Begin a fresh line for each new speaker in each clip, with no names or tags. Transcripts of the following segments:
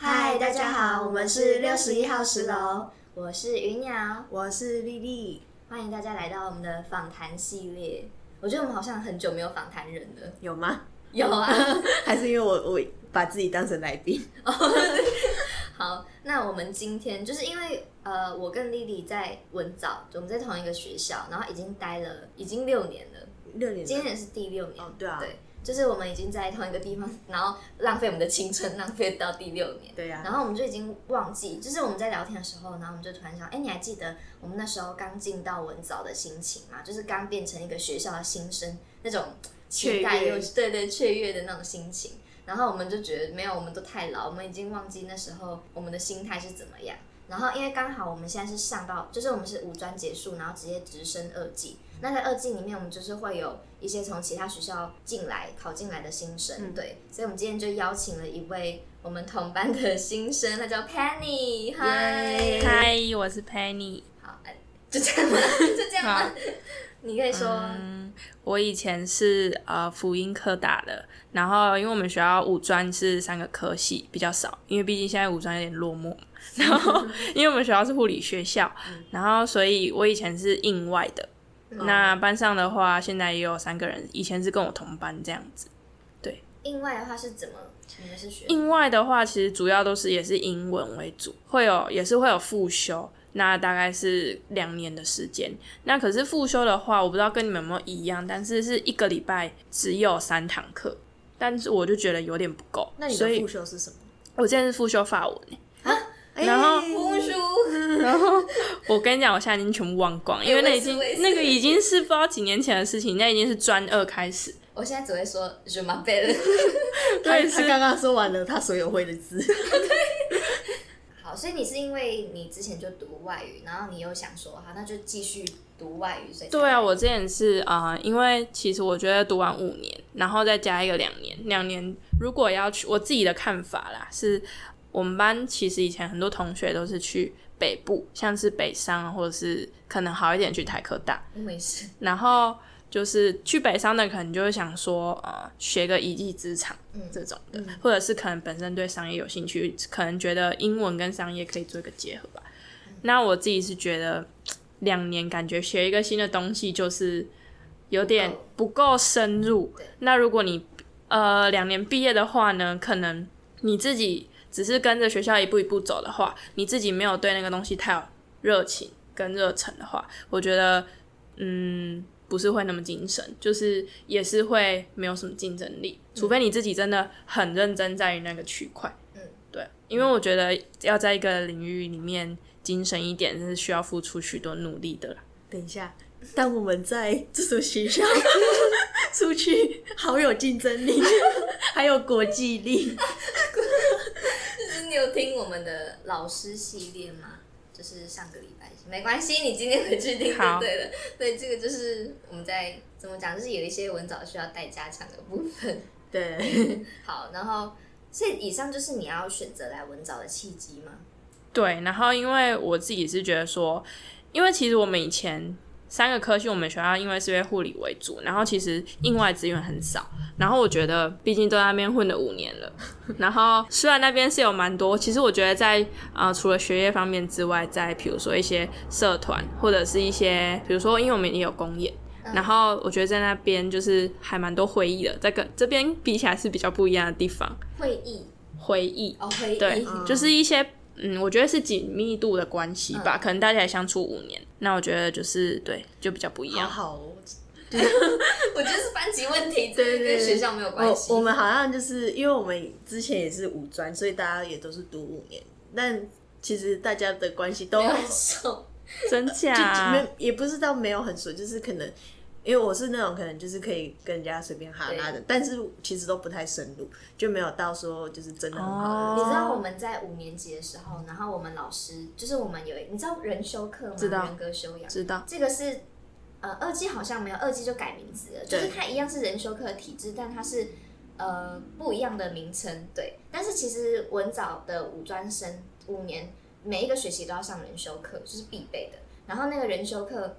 大家好，我们是六十一号十楼，
我是鱼鸟，
我是丽丽。
欢迎大家来到我们的访谈系列。我觉得我们好像很久没有访谈人了，
有吗？
有啊。
还是因为我我把自己当成来宾？
好，那我们今天就是因为呃，我跟丽丽在文藻，我们在同一个学校，然后已经待了已经六年了，
六年了
今年是第六年，
哦对啊
对，就是我们已经在同一个地方，然后浪费我们的青春，浪费到第六年。
对呀、
然后我们就已经忘记，就是我们在聊天的时候，然后我们就突然想，哎，你还记得我们那时候刚进到文藻的心情吗？就是刚变成一个学校的新生，那种期待
雀跃
又对对雀跃的那种心情。然后我们就觉得没有，我们都太老，我们已经忘记那时候我们的心态是怎么样。然后因为刚好我们现在是上到，就是我们是五专结束，然后直接直升二技。那在二技里面，我们就是会有一些从其他学校进来考进来的新生，
嗯
对。所以我们今天就邀请了一位我们同班的新生，他叫 Penny，嗨，
嗯嗨，我是 Penny。
好，哎就这 样吗？就这样吗？你可以说，
嗯，我以前是呃辅音科大的，然后因为我们学校五专是三个科系比较少，因为毕竟现在五专有点落寞。然后因为我们学校是护理学校，然后所以我以前是印外的。那班上的话，现在也有三个人，以前是跟我同班这样子。
另外的话是怎么？你们是学
另外的话，其实主要都是也是英文为主，会有也是会有复修，那大概是两年的时间。那可是复修的话，我不知道跟你们有没有一样，但是是一个礼拜只有三堂课，但是我就觉得有点不够。
那你
所
的
以
复修是什么？哎
我现在是复修法 文，
然后
复书，
然后我跟你讲，我现在已经全部忘光，因为那已经
我也是我也是
那个已经是不知道几年前的事情，那已经是专二开始。
我现在只会说 je m'appelle。
对，
他
是
刚刚说完了他所有会的字。
好，所以你是因为你之前就读外语，然后你又想说，好，那就继续读外语，所以才
对啊，我之前是啊、呃因为其实我觉得读完五年，然后再加一个两年，两年如果要去，我自己的看法啦，是我们班其实以前很多同学都是去北部，像是北商啊或者是可能好一点去台科大，
我没事，
然后就是去北商的可能就会想说，呃，学个一技之长
嗯
这种的，或者是可能本身对商业有兴趣，可能觉得英文跟商业可以做一个结合吧。那我自己是觉得两年感觉学一个新的东西就是有点不够深入
对。
那如果你呃两年毕业的话呢，可能你自己只是跟着学校一步一步走的话，你自己没有对那个东西太有热情跟热忱的话，我觉得嗯不是会那么精神，就是也是会没有什么竞争力，除非你自己真的很认真在于那个区块。
嗯，
对，因为我觉得要在一个领域里面精神一点是需要付出许多努力的啦。
等一下，当我们在这所学 校出去，好有竞争力， 还有国际 力。
就是你有听我们的老师系列吗？就是上个礼拜，没关系，你今天回去听就
好
对了。对，这个就是我们在怎么讲，就是有一些文藻需要带加强的部分。
对，
好，然后所以以上就是你要选择来文藻的契机吗？
对，然后因为我自己是觉得说，因为其实我们以前三个科系，我们学校因为是以护理为主，然后其实应外资源很少。然后我觉得，毕竟都在那边混了五年了， 然后虽然那边是有蛮多，其实我觉得在呃除了学业方面之外，在比如说一些社团或者是一些，比如说因为我们也有公演。然后我觉得在那边就是还蛮多回忆的，在跟这边比起来是比较不一样的地方。
会议
回忆，
哦，会议
对，
嗯
就是一些嗯，我觉得是紧密度的关系
嗯
吧，可能大家也相处五年，那我觉得就是对，就比较不一
好
样。
好哦。
我觉得是班级问题，这
对
个
对
跟
对
学校没有关
我
系。
我们好像就是因为我们之前也是五专，所以大家也都是读五年，但其实大家的关系都
没有手，
真
就
假
没？也不是到没有很熟，就是可能因为我是那种可能就是可以跟人家随便哈拉的，但是其实都不太深入，就没有到说就是真的很好 的。
你
哦
知道我们在五年级的时候，然后我们老师就是我们有一，你知道人修课吗？
知道
人格修养。
知道
这个是呃二季好像没有，二季就改名字了，就
对
是它一样是人修课的体制，但它是呃不一样的名称，对。但是其实文藻的五专生五年每一个学期都要上人修课，就是必备的。然后那个人修课。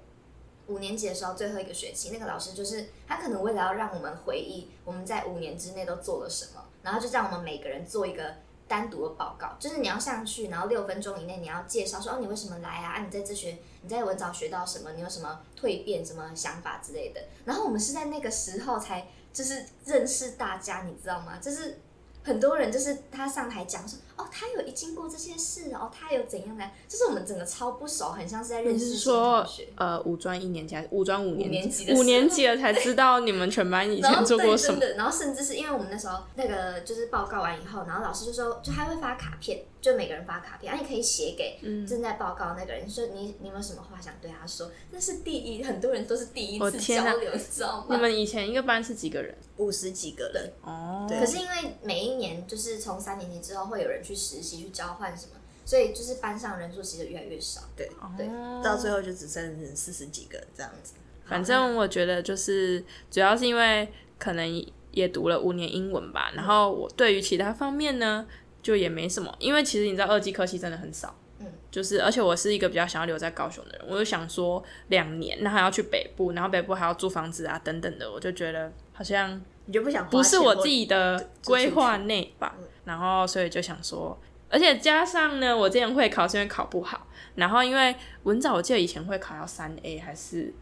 五年级的时候，最后一个学期，那个老师就是他，可能为了要让我们回忆我们在五年之内都做了什么，然后就让我们每个人做一个单独的报告，就是你要上去，然后六分钟以内你要介绍说哦，你为什么来啊？啊，你在这学，你在文藻学到什么？你有什么蜕变、什么想法之类的。然后我们是在那个时候才就是认识大家，你知道吗？就是很多人就是他上台讲说哦，他有经过这些事哦，他有怎样的，就是我们整个超不熟，很像是在认
嗯你
识
是
新
说
同学。
呃五专一年级还是五专五
五年
年
级
级
的时候
五年级了才知道你们全班 以
然
前
后
做
对，
过什
真
么？
的，然后甚至是因为我们那时候那个就是报告完以后，然后老师就说，就他会发卡片，就每个人发卡片，啊，你可以写给
嗯
正在报告那个人，说你你有没有什么话想对他说？那是第一，很多人都是第一
我
次
天哪
交流，你知道
你
吗？
们以前一个班是几个人？
五十几个人，
哦，
对
可是因为每一年就是从三年级之后会有人去实习去交换什么，所以就是班上人数其实越来越少。
对，
对
哦
到最后就只剩四十几个这样子。
反正我觉得就是主要是因为可能也读了五年英文吧，然后我对于其他方面呢就也没什么，因为其实你知道二技科系真的很少。
嗯
就是，而且我是一个比较想要留在高雄的人，我就想说两年，那还要去北部，然后北部还要租房子啊，等等的，我就觉得好像
你就不想花
不是
钱
我
或
自己的规划内吧。然后所以就想说，而且加上呢，我之前会考是因为考不好，然后因为文藻我记得以前会考要三 A 还是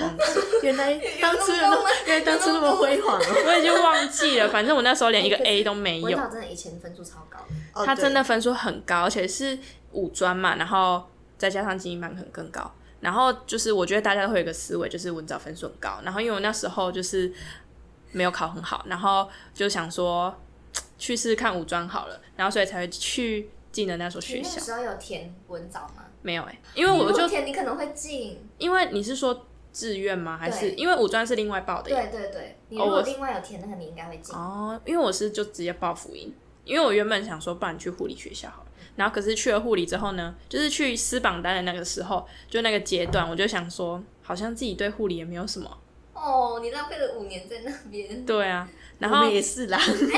忘记
原 来当初
有
有
哎那么多
那么
吗
原来当初那么辉煌哦
我已经忘记了，反正我那时候连一个 A 都没
文
有。
藻真的以前分数超高的，
哦，
他真
对
的分数很高，而且是五专嘛，然后再加上精英班可能更高。然后就是我觉得大家都会有一个思维，就是文藻分数很高。然后因为我那时候就是没有考很好，然后就想说去试试看五专好了，然后所以才会去进的那所
你
学
那个
校。
时候有填文藻吗？
没有哎、因为我
如果
就
填你可能会进，
因为你是说志愿吗？还是
对
因为五专是另外报的耶？
对对对，你如
哦
果
我
另外有填那个，你应该会进。
哦，因为我是就直接报福音，因为我原本想说，不然去护理学校好了。然后可是去了护理之后呢，就是去撕榜单的那个时候，就那个阶段，我就想说，好像自己对护理也没有什么。
哦，你浪费了五年在那边，
对啊，然
我
后
们也是啦，
不能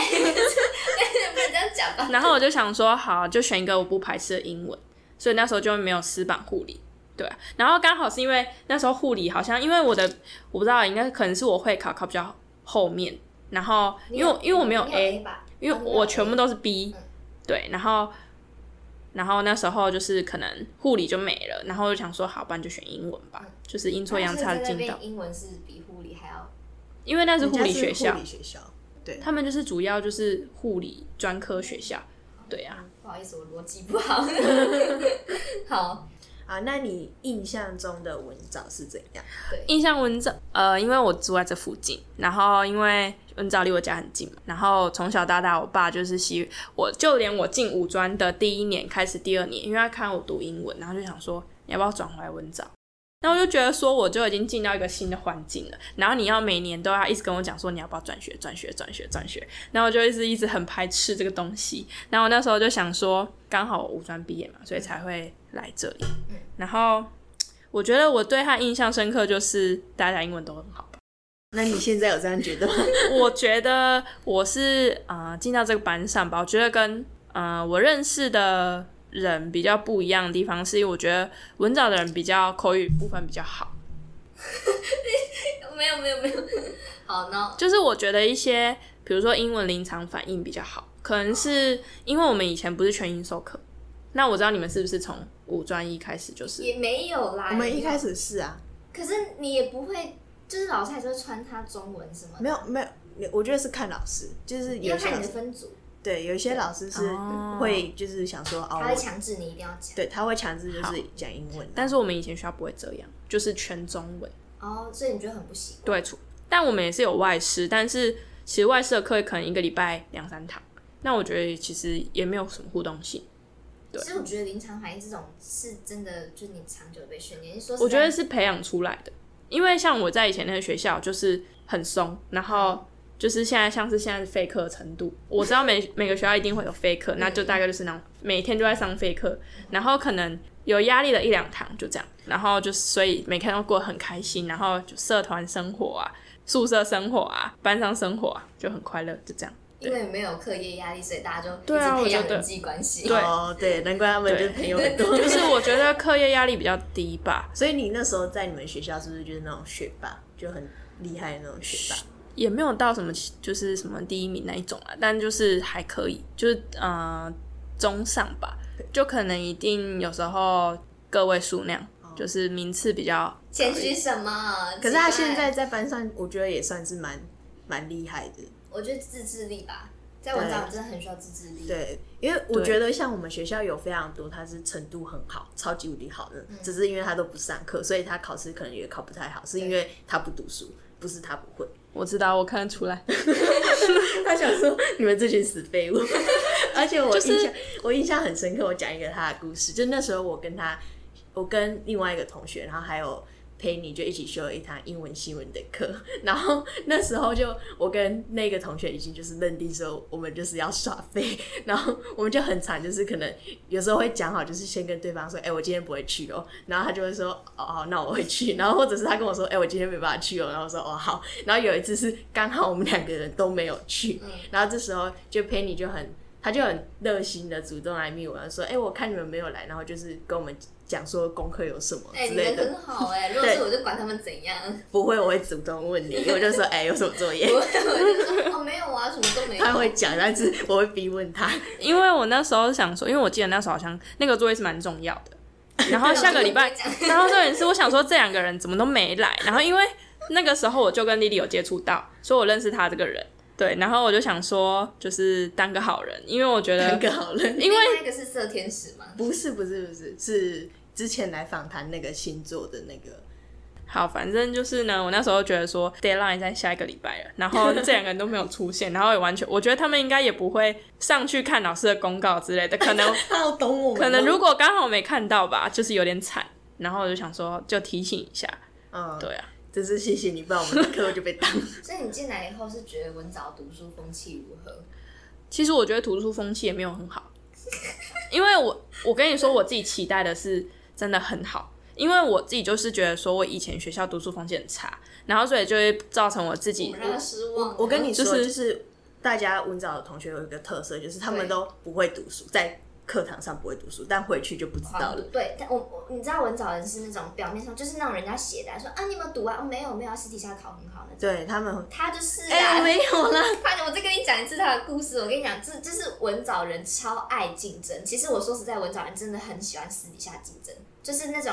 这样讲吧？
然后我就想说，好，就选一个我不排斥的英文，所以那时候就没有私榜护理。对啊、然后刚好是因为那时候护理好像因为我的我不知道，应该可能是我会考考比较后面，然后因为我因为我没有
你
A，
吧，
因为
哦你没有
我全部
A
都是 B，、
嗯
对，然后然后那时候就是可能护理就没了，然后我就想说，好，不然就选英文吧，
嗯
就是阴错阳差
所以
的
在那
进
边
到，
英文是比护理还要
因为那是
人
护
家
理
是
学校
护理，学校，对，
他们就是主要就是护理专科学校，对啊，
不好意思，我逻辑不好。 好，
啊，那你印象中的文藻是怎样？
印象文藻，呃，因为我住在这附近，然后因为文藻离我家很近嘛，然后从小到大，我爸就是希，我就连我进五专的第一年开始第二年，因为他看我读英文，然后就想说你要不要转回来文藻。那我就觉得说，我就已经进到一个新的环境了，然后你要每年都要一直跟我讲说你要不要转学、转学、转学、转学，然后我就一直一直很排斥这个东西。然后我那时候就想说，刚好我五专毕业嘛，所以才会来这里。然后我觉得我对他印象深刻就是大家英文都很好吧。
那你现在有这样觉得 吗？
我觉得我是啊进到这个班上吧，我觉得跟呃我认识的人比较不一样的地方，是因为我觉得文藻的人比较口语部分比较好，
没有没有没有，好，那
就是我觉得一些比如说英文临场反应比较好，可能是因为我们以前不是全英授课，那我知道你们是不是从五专一开始就是
也没有啦。
我们一开
始，
始是啊，
可是你也不会，就是老师还是会穿插中文什么的，
没有没有，我觉得是看老师，就是有
要
些
看
老
你的
师
分组，
对，有一些老师是
哦
会就是想说哦，
他会
我
强制你一定要讲。
对他会强制就
好
是讲英文，啊
但是我们以前学校不会这样，就是全中文。
哦，所以你觉得很不习惯。
对，除但我们也是有外师，但是其实外师的课可能一个礼拜两三堂，那我觉得其实也没有什么互动性。对
其实我觉得临场反应这种是真的，就是你长久被训练。说实在
我觉得是培养出来的，因为像我在以前那个学校就是很松，然后就是现在像是现在是废课程度，我知道每每个学校一定会有废课，那就大概就是那种每天都在上废课，然后可能有压力的一两堂就这样，然后就所以每天都过得很开心，然后就社团生活啊、宿舍生活啊、班上生活啊就很快乐，就这样。
因为没有课业压力，所以大家就
对
一
啊
直培
我
养
觉得
人际关系。
对
哦对，难怪他们就
对
是朋友很多，
就是我觉得课业压力比较低吧，
所以你那时候在你们学校是不是就是那种学霸，就很厉害的那种学霸？
也没有到什么就是什么第一名那一种啊，但就是还可以，就是呃中上吧，就可能一定有时候个位数那样，
哦
就是名次比较
谦虚什么？
可是他现在
奇怪，
在班上，我觉得也算是蛮蛮厉害的。
我觉得自制力吧，在文章我真的很需要自制力。，
对，因为我
对
觉得像我们学校有非常多，他是程度很好，超级无敌好
嗯
的，只是因为他都不上课，所以他考试可能也考不太好，是因为他不读书，不是他不会。
我知道，我看得出来。
他想说你们这群死废物，而且 我印象、
是
我印象很深刻，我讲一个他的故事，就那时候我跟他，我跟另外一个同学，然后还有。陪你就一起修了一堂英文新闻的课， 然后那时候就我跟那个同学已经就是认定说我们就是要耍废， 然后我们就很惨，就是可能有时候会讲好，就是先跟对方说，哎、我今天不会去哦，然后他就会说，哦，好，那我会去， 然后或者是他跟我说，哎、我今天没办法去哦，然后我说，哦，好，然后有一次是刚好我们两个人都没有去，然后这时候就 Penny 就很，他就很热心的主动来密我，然后说，哎、我看你们没有来，然后就是跟我们讲说功课有什么
哎、
之
你
类
人
的，
很好哎、如果
对
是我就管他们怎样，
不会，我会主动问 你，我就说，哎、有什么作业
我？我就说哦没有啊，什么都没有。
他会讲，但是我会逼问他，
因为我那时候想说，因为我记得那时候好像那个作业是蛮重要 的，然后下个礼拜
啊我就不会，讲
然后重点是我想说这两个人怎么都没来，然后因为那个时候我就跟莉莉有接触到，所以我认识她这个人，对，然后我就想说就是当个好人，因为我觉
那
得
个好了。
因为
那个是色天使嘛，
不是不是不是，是之前来访谈那个星座的那个，
好，反正就是呢，我那时候觉得说 deadline 在下一个礼拜了，然后这两个人都没有出现，然后也完全，我觉得他们应该也不会上去看老师的公告之类的，可能
他好懂我们哦。
可能如果刚好没看到吧，就是有点惨，然后我就想说就提醒一下，
嗯，
对啊，
真是谢谢你，不然我们的课就被 当。
所以你进来以后是觉得文藻读书风气如何？
其实我觉得读书风气也没有很好，因为我我跟你说，我自己期待的是真的很好，因为我自己就是觉得说我以前学校读书风气很差，然后所以就会造成我自己
我让他失望。
我跟你说，
就是
就是大家文藻的同学有一个特色，就是他们
对
都不会读书，在课堂上不会读书，但回去就不知道了。
对，但我我你知道文藻人是那种表面上就是那种人家写的、啊，说啊你有没有读啊？哦没有没有，私底下考很好那种。
对他们，
他就是
哎、
啊，
没有 啦，
他我再跟你讲一次他的故事。我跟你讲，这这是文藻人超爱竞争。其实我说实在，文藻人真的很喜欢私底下竞争，就是那种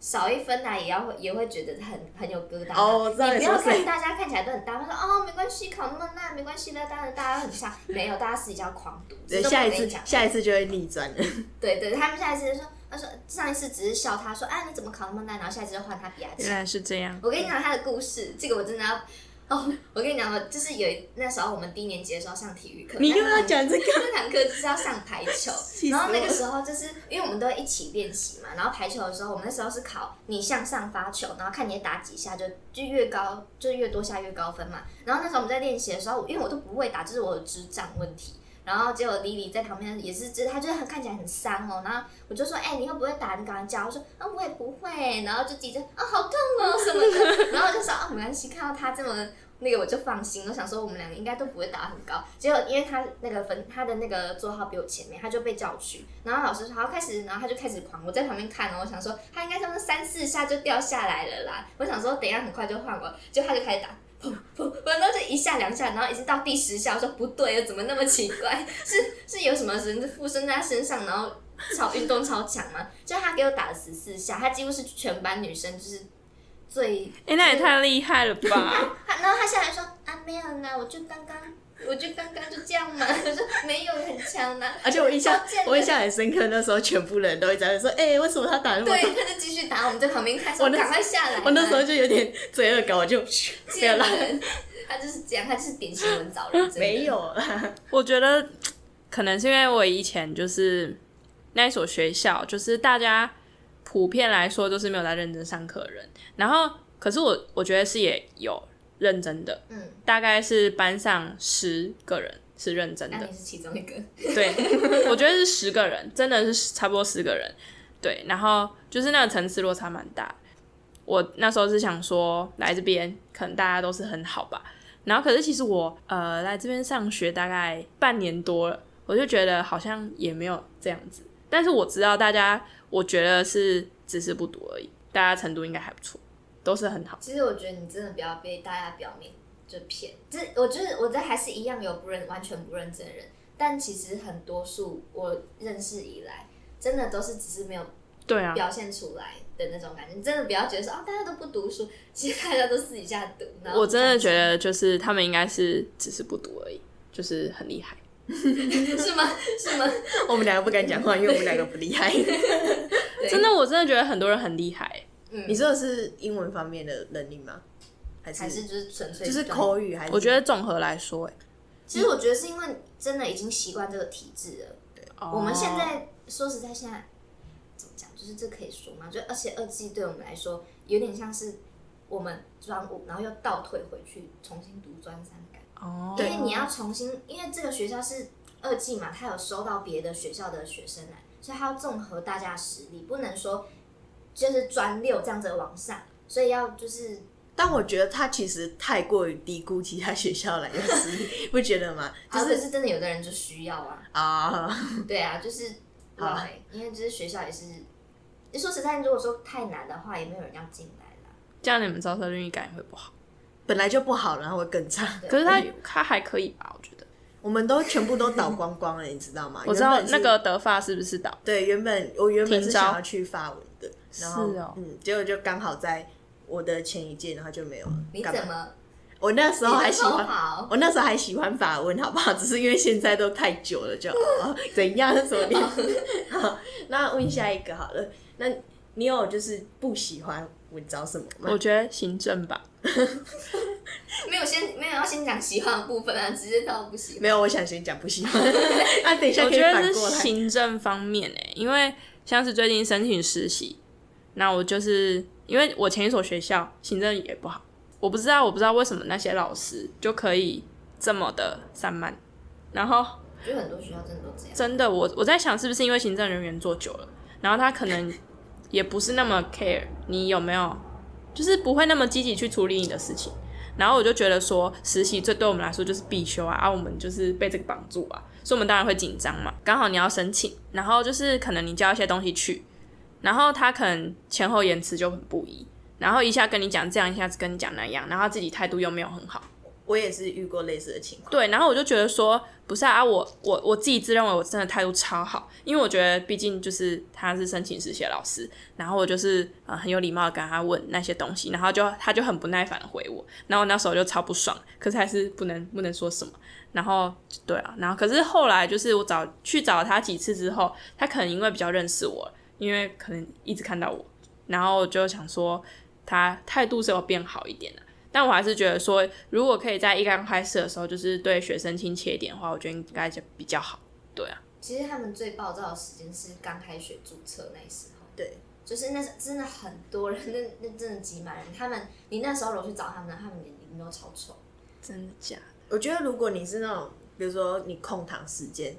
少一分啊，也要会也会觉得很很有疙瘩。
哦我知道
你不
你
要
说
看
谁
大家看起来都很大方，说哦没关系，考那么烂没关系的，当然大家很差。没有，大家私底下狂读。
对，
这都不
下一
跟你
次
讲
下一次就会逆转 了。
对对，他们下一次就说，他说上一次只是笑他说，啊你怎么考那么烂，然后下一次就换他比亚
原
迪。
来是这样，
我跟你讲他的故事，这个我真的要，哦，我跟你讲，我就是有一那时候我们低年级的时候上体育课，
你又
那
要讲这个，
那堂课就是要上排球
气，死
然后那
我
个
了
时候就是因为我们都会一起练习嘛，然后排球的时候，我们那时候是考你向上发球，然后看你打几下就就越高就越多下越高分嘛。然后那时候我们在练习的时候，因为我都不会打，就是我有智障问题。然后结果 Lily 在旁边也是，就是她就是很看起来很伤哦。然后我就说：“哎、你又不会打，你赶快教。”我说：“啊，我也不会。”然后就急着啊，好痛哦什么的。 然后我就说：“啊，没关系，看到她这么那个我就放心，我想说我们两个应该都不会打很高。结果因为他那个分他的那个座号比我前面，他就被叫去，然后老师说好开始，然后他就开始狂，我在旁边看哦，我想说他应该差不多三四下就掉下来了啦，我想说等一下很快就换我，就他就开始打。噗噗，我然后就一下两下，然后一直到第十下，我说不对啊，怎么那么奇怪？ 是是有什么人附身在他身上，然后超运动超强吗？就他给我打了十四下，他几乎是全班女生就是最
哎、那也太厉害了吧！
他然后他下来说啊没有呢，我就刚刚我就刚刚就这样嘛， 我说没有很强呢、
而且我印象
超贱的
我印象很深刻，那时候全部人都会在说，哎、为什么他打那么
对，他就继续打，我们在旁边看，说
我那
赶快下来啊。
我那时候就有点罪恶感，我就没有
贱
啦，
人，他就是这样，他就是典型文藻人，真的
没。有啦。
我觉得可能是因为我以前就是那一所学校，就是大家普遍来说都是没有在认真上课的人，然后可是我我觉得是也有认真的，
嗯，
大概是班上十个人是认真
那
的
你，是其中一个，
对，我觉得是十个人，真的是差不多十个人，对，然后就是那个层次落差蛮大的。我那时候是想说来这边，可能大家都是很好吧，然后可是其实我呃来这边上学大概半年多了，我就觉得好像也没有这样子，但是我知道大家，我觉得是只是不读而已，大家程度应该还不错，都是很好。
其实我觉得你真的不要被大家表面。就骗。这我觉得我这还是一样有不认完全不认真的人，但其实很多数我认识以来，真的都是只是没有
对啊，
表现出来的那种感觉。你真的不要觉得说哦，大家都不读书，其实大家都私底下读。然后
我真的觉得就是他们应该是只是不读而已，就是很厉害。
是吗？是吗？
我们两个不敢讲话，因为我们两个不 厉害。
对
真的，我真的觉得很多人很厉害。欸
嗯
你说的是英文方面的能力吗？还是
还是就是纯粹
就是
专
口语？还是
我觉得综合来说、欸，
其实我觉得是因为真的已经习惯这个体制了。
哦
我们现在说实在，现在怎么讲，就是这可以说嘛？就而且二季对我们来说有点像是我们专五，然后又倒退回去重新读专三的感觉。
哦，
对
因为你要重新，因为这个学校是二季嘛，他有收到别的学校的学生来，所以他要综合大家的实力，不能说就是专六这样子往上，所以要就是
但我觉得他其实太过于低估其他学校来的实 力，不觉得吗？就
啊，
是
可是真的有的人就需要啊。
啊，
对啊，就是
好
对，啊因为就是学校也是，说实在，如果说太难的话，也没有人要进来啦。
这样你们招生率应该也会不好。
本来就不好，然后会更差。
对
可是他他还可以吧？我觉得，
我们都全部都倒光光了，你 知道吗？
我知道
原本是
那个德发是不是倒？
对，原本我原本是
停招
想要去法文的，然后
是哦
嗯，结果就刚好在我的前一届，然后就没有了。
你
干嘛
怎么？
我那时候还喜
你的
欢
头好，
我那时候还喜欢法文，好不好？ 只是因为现在都太久了，就、 哦、怎样怎么 样。好，那问下一个好了，那你有就是不喜欢文章什么
我
吗？
觉得行政吧，
没有先没有要先讲喜欢的部分啊，直接到不喜欢。
没有，我想先讲不喜欢。 啊，等一下
我
可
觉
以
得
反
是
过来。
行政方面诶、因为像是最近申请实习，那我就是因为我前一所学校行政也不好，我不知道我不知道为什么那些老师就可以这么的散漫，然后
我觉得很多学校真的都这样。
真的我我在想是不是因为行政人员做久了，然后他可能也不是那么 care 你有没有，就是不会那么积极去处理你的事情。然后我就觉得说，实习这对我们来说就是必修啊，啊，我们就是被这个绑住啊，所以我们当然会紧张嘛。刚好你要申请，然后就是可能你交一些东西去，然后他可能前后言辞就很不一，然后一下跟你讲这样，一下子跟你讲那样，然后他自己态度又没有很好，
我也是遇过类似的情况。
对，然后我就觉得说，不是啊，啊我我我自己自认为我真的态度超好，因为我觉得毕竟就是他是申请实习的老师，然后我就是呃很有礼貌的跟他问那些东西，然后就他就很不耐烦的回我，然后我那时候就超不爽，可是还是不能不能说什么，然后对啊，然后可是后来就是我找去找他几次之后，他可能因为比较认识我了，因为可能一直看到我，然后我就想说他态度是有变好一点的、但我还是觉得说，如果可以在一刚开始的时候，就是对学生亲切一点的话，我觉得应该就比较好。对啊，
其实他们最暴躁的时间是刚开学注册那时候，
对，
就是那真的很多人，那 那真的挤满人。他们你那时候如果去找他们，他们眼睛都超丑。
真的假的？
我觉得如果你是那种，比如说你空堂时间，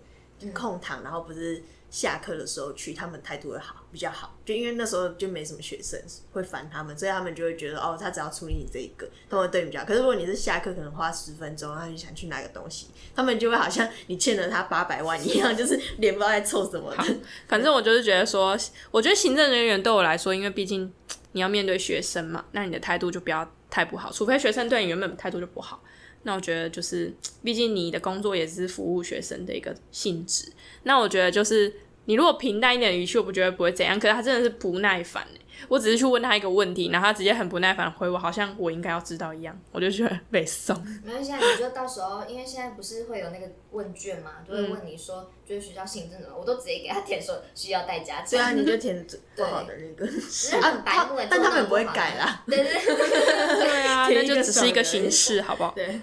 空堂，然后不是下课的时候去，他们态度会好，比较好。就因为那时候就没什么学生会烦他们，所以他们就会觉得哦，他只要处理你这一个，他们会对你比较好。可是如果你是下课，可能花十分钟，然后你想去拿个东西，他们就会好像你欠了他 八百万一样，就是脸不知道在凑什么的。
反正我就是觉得说，我觉得行政人员对我来说，因为毕竟你要面对学生嘛，那你的态度就不要太不好，除非学生对你原本态度就不好。那我觉得就是，毕竟你的工作也是服务学生的一个性质。那我觉得就是，你如果平淡一点的语气，我不觉得不会怎样。可是他真的是不耐烦、欸、我只是去问他一个问题，然后他直接很不耐烦地回我，好像我应该要知道一样，我就觉得被送。
没关系，啊，你就到时候，因为现在不是会有那个问卷嘛，就会问你说，就是学校行政怎么，我都直接给他填说需要带家
对
教，
啊，你就填不好的那个， 啊
很白
他
目欸
但他们也不会
做得很不好
改啦。
对对对。
对啊，
贴
那
一
就
个
只是一个
爽的
形式，好不好？
对，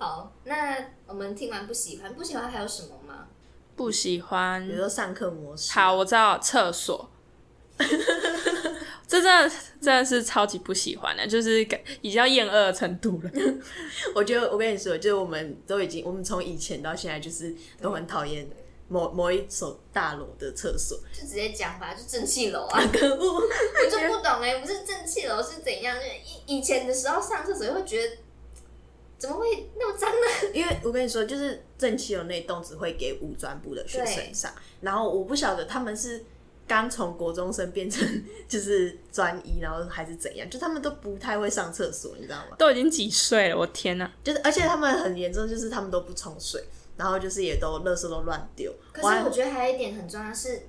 好，那我们听完不喜欢，不喜欢还有什么吗？
不喜欢
比如说上课模式，
好，我知道厕所。 这真的真的是超级不喜欢的，就是感已经到厌恶的程度了。
我觉得我跟你说，就是我们都已经，我们从以前到现在，就是都很讨厌某某一所大楼的厕所。
就直接讲吧，就正气楼啊，
可恶！
我就不懂哎、不是正气楼是怎样？就以以前的时候上厕所会觉得。怎么会那么脏 呢？
因为我跟你说，就是正气有那栋只会给五专部的学生上，然后我不晓得他们是刚从国中生变成就是专一，然后还是怎样，就他们都不太会上厕所，你知道吗？
都已经几岁了，我天呐、
就是而且他们很严重，就是他们都不冲水，然后就是也都垃圾都乱丢。
可
我还
是我觉得还有一点很重要是，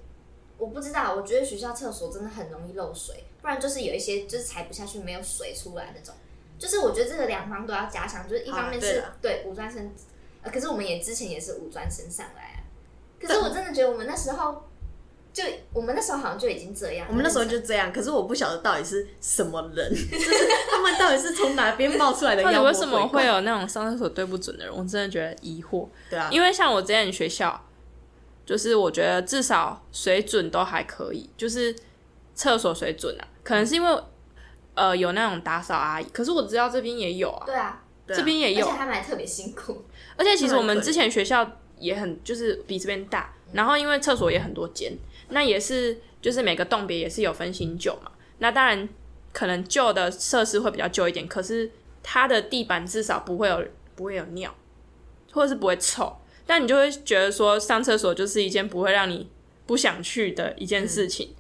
我不知道，我觉得学校厕所真的很容易漏水，不然就是有一些就是踩不下去没有水出来那种。就是我觉得这个两方都要加强，就是一方面
啊对
是、
啦
对五专生、呃，可是我们也之前也是五专生上来啊。可是我真的觉得我们那时候就我们那时候好像就已经这样，
我们那时候就这样，可是我不晓得到底是什 么人，就是他们到底是从哪边冒出来的
到底
妖魔
为
鬼怪？
什么会有那种上厕所对不准的人？我真的觉得疑惑。
对啊，
因为像我之前学校，就是我觉得至少水准都还可以，就是厕所水准啊，可能是因为呃有那种打扫阿姨，可是我知道这边也有啊，
对啊，
对啊
这边也
而且
有，
他们还特别辛苦，
而且其实我们之前学校也很就是比这边大，然后因为厕所也很多间，那也是就是每个栋别也是有分新旧嘛，那当然可能旧的设施会比较旧一点，可是它的地板至少不会有不会有尿，或者是不会臭，但你就会觉得说上厕所就是一件不会让你不想去的一件事情，
嗯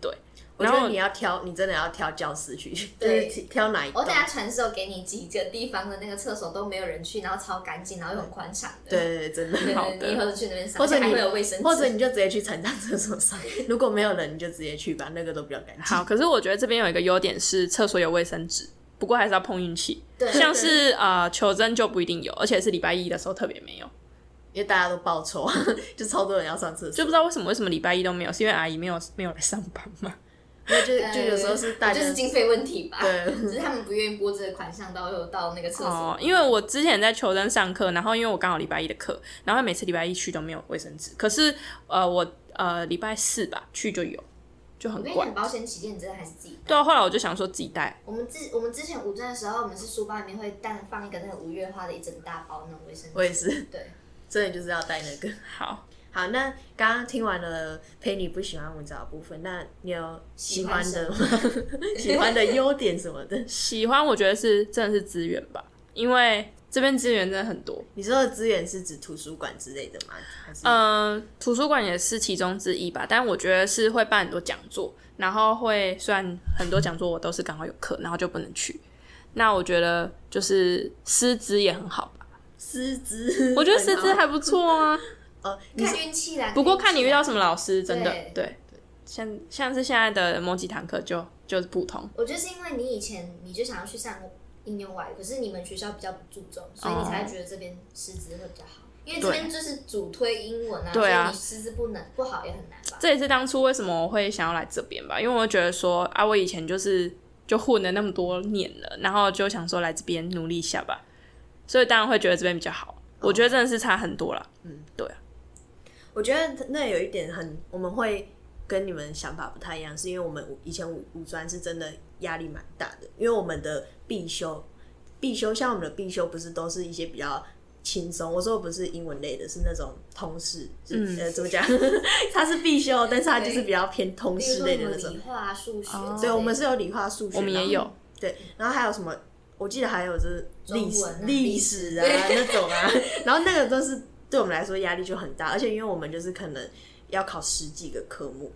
对，
我
然
觉
后
得你要挑，你真的要挑教室 去，就是
对
挑哪一
我
栋
等。下传授给你几个地方的那个厕所都没有人去，然后超干净，然后又很宽敞的。
对对对，真的。
对，
好
对
的
对，你以后去那边上，
或者
而且还
你
会有卫生纸，
或者你就直接去残障厕所上，如果没有人，你就直接去吧，那个都比较干净。
好，可是我觉得这边有一个优点是厕所有卫生纸，不过还是要碰运气。
对
像是呃求真就不一定有，而且是礼拜一的时候特别没有，
因为大家都爆臭， 就超多人要上厕
就
所，
不知道为什么为什么礼拜一都没有，是因为阿姨没有没有来上班 嘛？
因为就
呃
就有时候是大家
就是经费问题吧。
对
只是他们不愿意拨这个款项到又到那个厕所。
哦，因为我之前在求真上课，然后因为我刚好礼拜一的课，然后每次礼拜一去都没有卫生纸，可是呃我呃礼拜四吧去就有，就
我
很
跟你
怪
讲，。保险起见，你真的还是自己带。
对啊，后来我就想说自己带，
我们之我们之前五专的时候，我们是书包里面会带放一个那个五月花的一整大包那种卫生
我
纸。
也是，
对，
真的就是要带那个。
好，
好，那刚刚听完了陪你不喜欢文藻的部分，那你有喜欢的吗？ 喜欢的优点什么的？
喜欢我觉得是真的是资源吧，因为这边资源真的很多，
你说的资源是指图书馆之类的吗？还是
嗯，图书馆也是其中之一吧，但我觉得是会办很多讲座，然后会虽然很多讲座我都是刚好有课，然后就不能去。那我觉得就是师资也很好吧，
师资？
我觉得师资
很好
还不错 啊。
哦，你
看运气啦。
不过看你遇到
运气啦。
什么老师，真的
对
对，像像是现在的某几堂课就就是普通，
我觉得是因为你以前你就想要去上应用外语，可是你们学校比较不注重，所以你才会觉得这边师资会比较好。因为这边就是主推英文啊，
对啊
所以你师资不能不好也很难吧？
这也是当初为什么我会想要来这边吧，因为我觉得说啊，我以前就是就混了那么多年了，然后就想说来这边努力一下吧，所以当然会觉得这边比较好。我觉得真的是差很多啦。
我觉得那有一点很，我们会跟你们想法不太一样，是因为我们五以前五五专是真的压力蛮大的，因为我们的必修必修像我们的必修不是都是一些比较。轻松，我说的不是英文类的，是那种通识，是
嗯
呃，怎么讲？ 它是必修，但是它就是比较偏通
比如
识
说
类
什
的
么
那种哦
理。化啊、数学之类的，
对，我们是有理化、数学，
我们也
然后
有，
对，然后还有什么？我记得还有就是历史
中文、啊
历史 啊
历
那种啊，然后那个都是对我们来说压力就很大，而且因为我们就是可能要考十几个科目，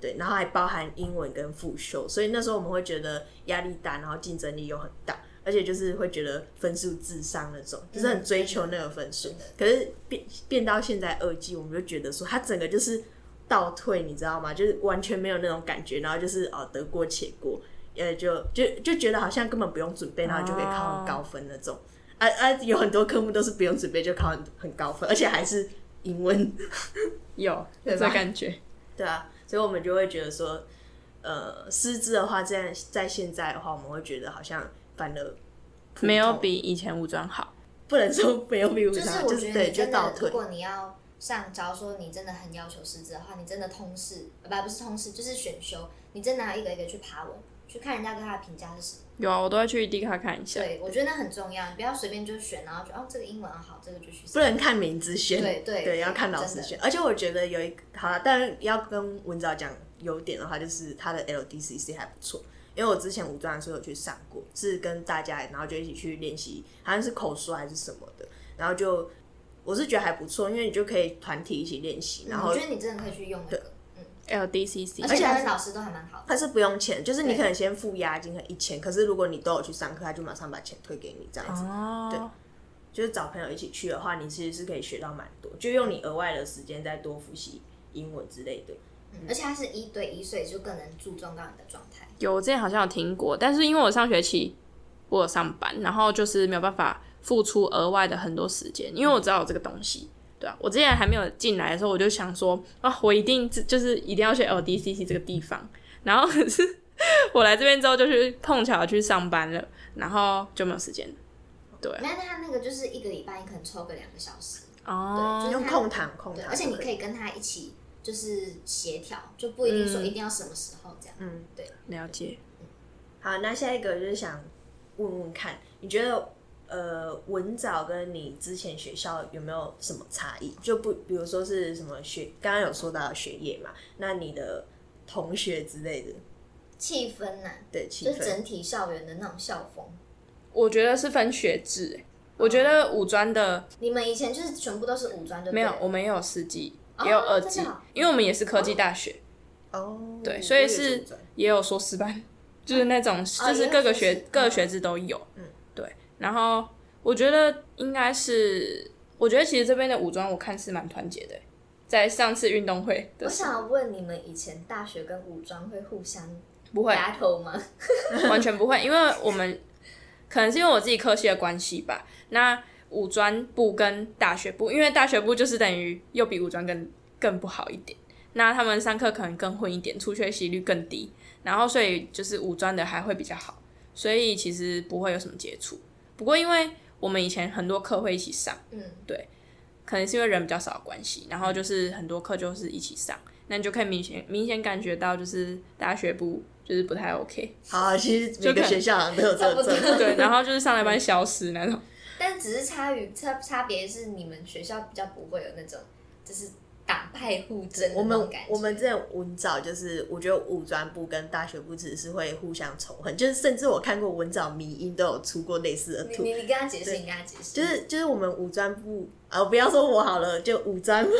对，然后还包含英文跟复修，所以那时候我们会觉得压力大，然后竞争力又很大，而且就是会觉得分数至上那种，就是很追求那个分数。可是变变到现在二季，我们就觉得说它整个就是倒退，你知道吗？就是完全没有那种感觉，然后就是哦得过且过，呃，就就就觉得好像根本不用准备，然后就可以考很高分那种。啊啊，有很多科目都是不用准备就考很很高分，而且还是英文。
有
对
这
吧
感觉。
对啊，所以我们就会觉得说，呃，师资的话，在在现在的话，我们会觉得好像反而普通
没有比以前武装好，
不能说没有比武
就是
强，
我
就
觉得
对，
你
就
真
倒
的，
退
如。果你要上，假如说你真的很要求师资的话，你真的通识，呃不不是通识，就是选修，你真的要一个一个去爬文，去看人家对他的评价是什么。
有啊，我都会去 D 卡看一下。
对，我觉得那很重要，你不要随便就选，然后就哦这个英文啊好，这个就去上。
不能看名字选，
对对
要看老师
真的
选。而且我觉得有一个好了，但要跟文藻讲优点的话，就是他的 LDCC 还不错，因为我之前武装的时候有去上过，是跟大家然后就一起去练习，好像是口说还是什么的，然后就我是觉得还不错，因为你就可以团体一起练习，
嗯
然后
我觉得你真的可以去用那个，嗯，
LDCC，
而且
还
他
是
的老师都还蛮好的。
它是不用钱，就是你
对
可能先付押金和一千，可是如果你都有去上课，他就马上把钱退给你，这样子。
哦，
就是找朋友一起去的话，你其实是可以学到蛮多，就用你额外的时间再多复习英文之类的。
嗯而且它是一对一，所以就更能注重到你的状态。
有我之前好像有听过，但是因为我上学期我有上班，然后就是没有办法付出额外的很多时间，因为我知道有这个东西。对啊，我之前还没有进来的时候，我就想说啊，我一定就是一定要去 LDCC 这个地方。然后可是我来这边之后，就是碰巧去上班了，然后就没有时间了。对
没有，那他那个就是一个礼拜，你可能抽个两个小时，
哦
对，就
用
是它
空堂空
嗯对，
堂，
而且你可以跟他一起就是协调，就不一定说一定要什么时候这样。
嗯。
了解。
好，那下一个就是想问问看，你觉得呃文藻跟你之前学校有没有什么差异？就不比如说是什么学，刚刚有说到学业嘛，那你的同学之类的，
气氛呐、
对气
就是
氛，
整体校园的那种校风。
我觉得是分学制、欸我觉得五专的
你们以前就是全部都是五专就
没
对了
有，我们也有四技，
哦
也有二技
真的哦，
因为我们也是科技大学，
哦，
对，所以
我以为
是
五专
也有硕士班， 就是那种就是各个
啊也有硕
学
士
各个学制都有，
嗯，
对。然后我觉得应该是，我觉得其实这边的武装我看是蛮团结的，在上次运动会
我
的时候
想问你们以前大学跟武装会互相
不会，
打头吗？
完全不会，因为我们可能是因为我自己科系的关系吧。那五专部跟大学部，因为大学部就是等于又比五专更更不好一点。那他们上课可能更混一点，出缺席率更低，然后所以就是五专的还会比较好，所以其实不会有什么接触。不过因为我们以前很多课会一起上，
嗯，
可能是因为人比较少的关系，然后就是很多课就是一起上，那你就可以明显明显感觉到就是大学部就是不太 OK。
好，其实每
就可
个
能
学校好像都有这
差不
个
多
这个
对，然后就是上来班消失那种。
但只是差于差差别是你们学校比较不会有那种就是党派互争的
我
那种
们
感觉。
我们这种文藻就是，我觉得五专部跟大学部只是会互相仇恨，就是甚至我看过文藻迷音都有出过类似的
你
图，
你你跟他解释，
对
你跟他解释，
就是就是我们五专部啊，不要说我好了，就五专部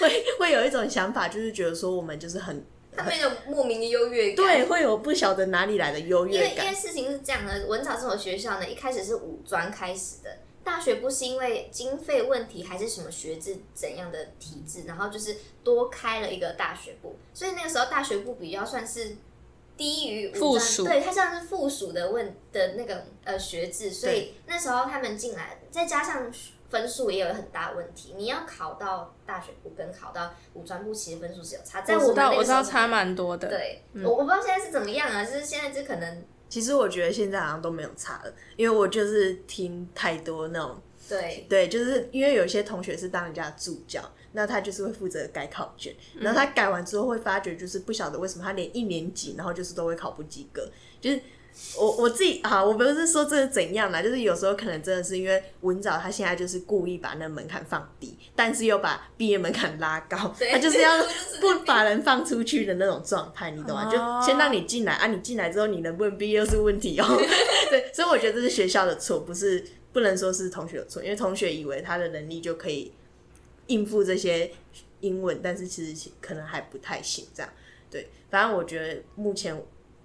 会会有一种想法，就是觉得说我们就是很
他们有莫名的优越感。
对，会有不晓得哪里来的优
因为
越
因为
感，
事情是这样的，文藻这所学校呢，一开始是五专开始的，大学部是因为经费问题还是什么学制怎样的体制，然后就是多开了一个大学部，所以那个时候大学部比较算是低于五专
附属
对，它像是附属的问的那个呃学制，所以那时候他们进来，再加上分数也有很大问题，你要考到大学部跟考到五专部，其实分数是有差，在
我知
们那
道，
个
我知
时候
道
是
差嗯蛮多的。，
对，我我不知道现在是怎么样啊，就是现在就可能
其实我觉得现在好像都没有差了，因为我就是听太多那种，
对，
对，就是因为有些同学是当人家的助教，那他就是会负责改考卷，然后他改完之后会发觉，就是不晓得为什么他连一年级，然后就是都会考不及格，就是。我我自己啊，我不是说这是怎样啦，就是有时候可能真的是因为文藻他现在就是故意把那门槛放低，但是又把毕业门槛拉高，
对
他就是要
就是
不把人放出去的那种状态，你懂吗？
哦
就先让你进来啊，你进来之后你能不能毕业又是问题哦。对，所以我觉得这是学校的错，不是不能说是同学的错，因为同学以为他的能力就可以应付这些英文，但是其实可能还不太行这样。对，反正我觉得目前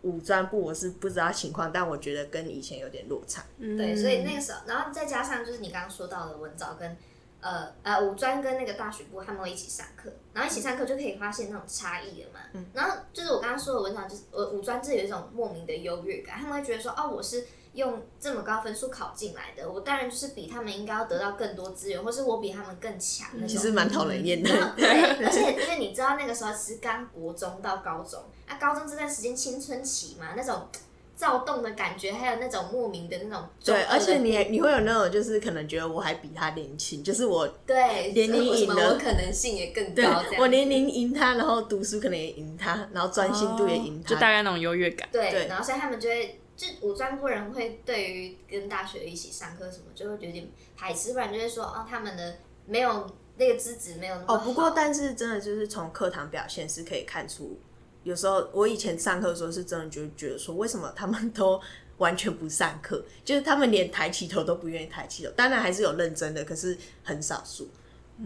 五专部我是不知道情况，但我觉得跟以前有点落差。
对，所以那个时候，然后再加上就是你刚刚说到的文藻跟呃呃五专跟那个大学部他们会一起上课，然后一起上课就可以发现那种差异了嘛。
嗯
然后就是我刚刚说的文藻，就是我五专这有一种莫名的优越感，他们会觉得说哦我是。用这么高分数考进来的，我当然就是比他们应该要得到更多资源，或是我比他们更强那种。
其实蛮讨人 厌的，
哦 对，而且因为你知道那个时候是刚国中到高中，那、高中这段时间青春期嘛，那种躁动的感觉，还有那种莫名的那种中
对，
二的
而且你你会有那种就是可能觉得我还比他年轻，就是我
对
连你
为什么
赢了
我可能性也更
对
高，这样
我年龄赢他，然后读书可能也赢他，然后专心度也赢
哦就
他，
大概那种优越感。
对，
对
然后所以他们就会。就五专部人会对于跟大学一起上课什么，就会有点排斥，不然就会说哦，他们的没有那个资质没有那么
哦，不过
好
但是真的就是从课堂表现是可以看出，有时候我以前上课的时候是真的就觉得说，为什么他们都完全不上课，就是他们连抬起头都不愿意抬起头。当然还是有认真的，可是很少数。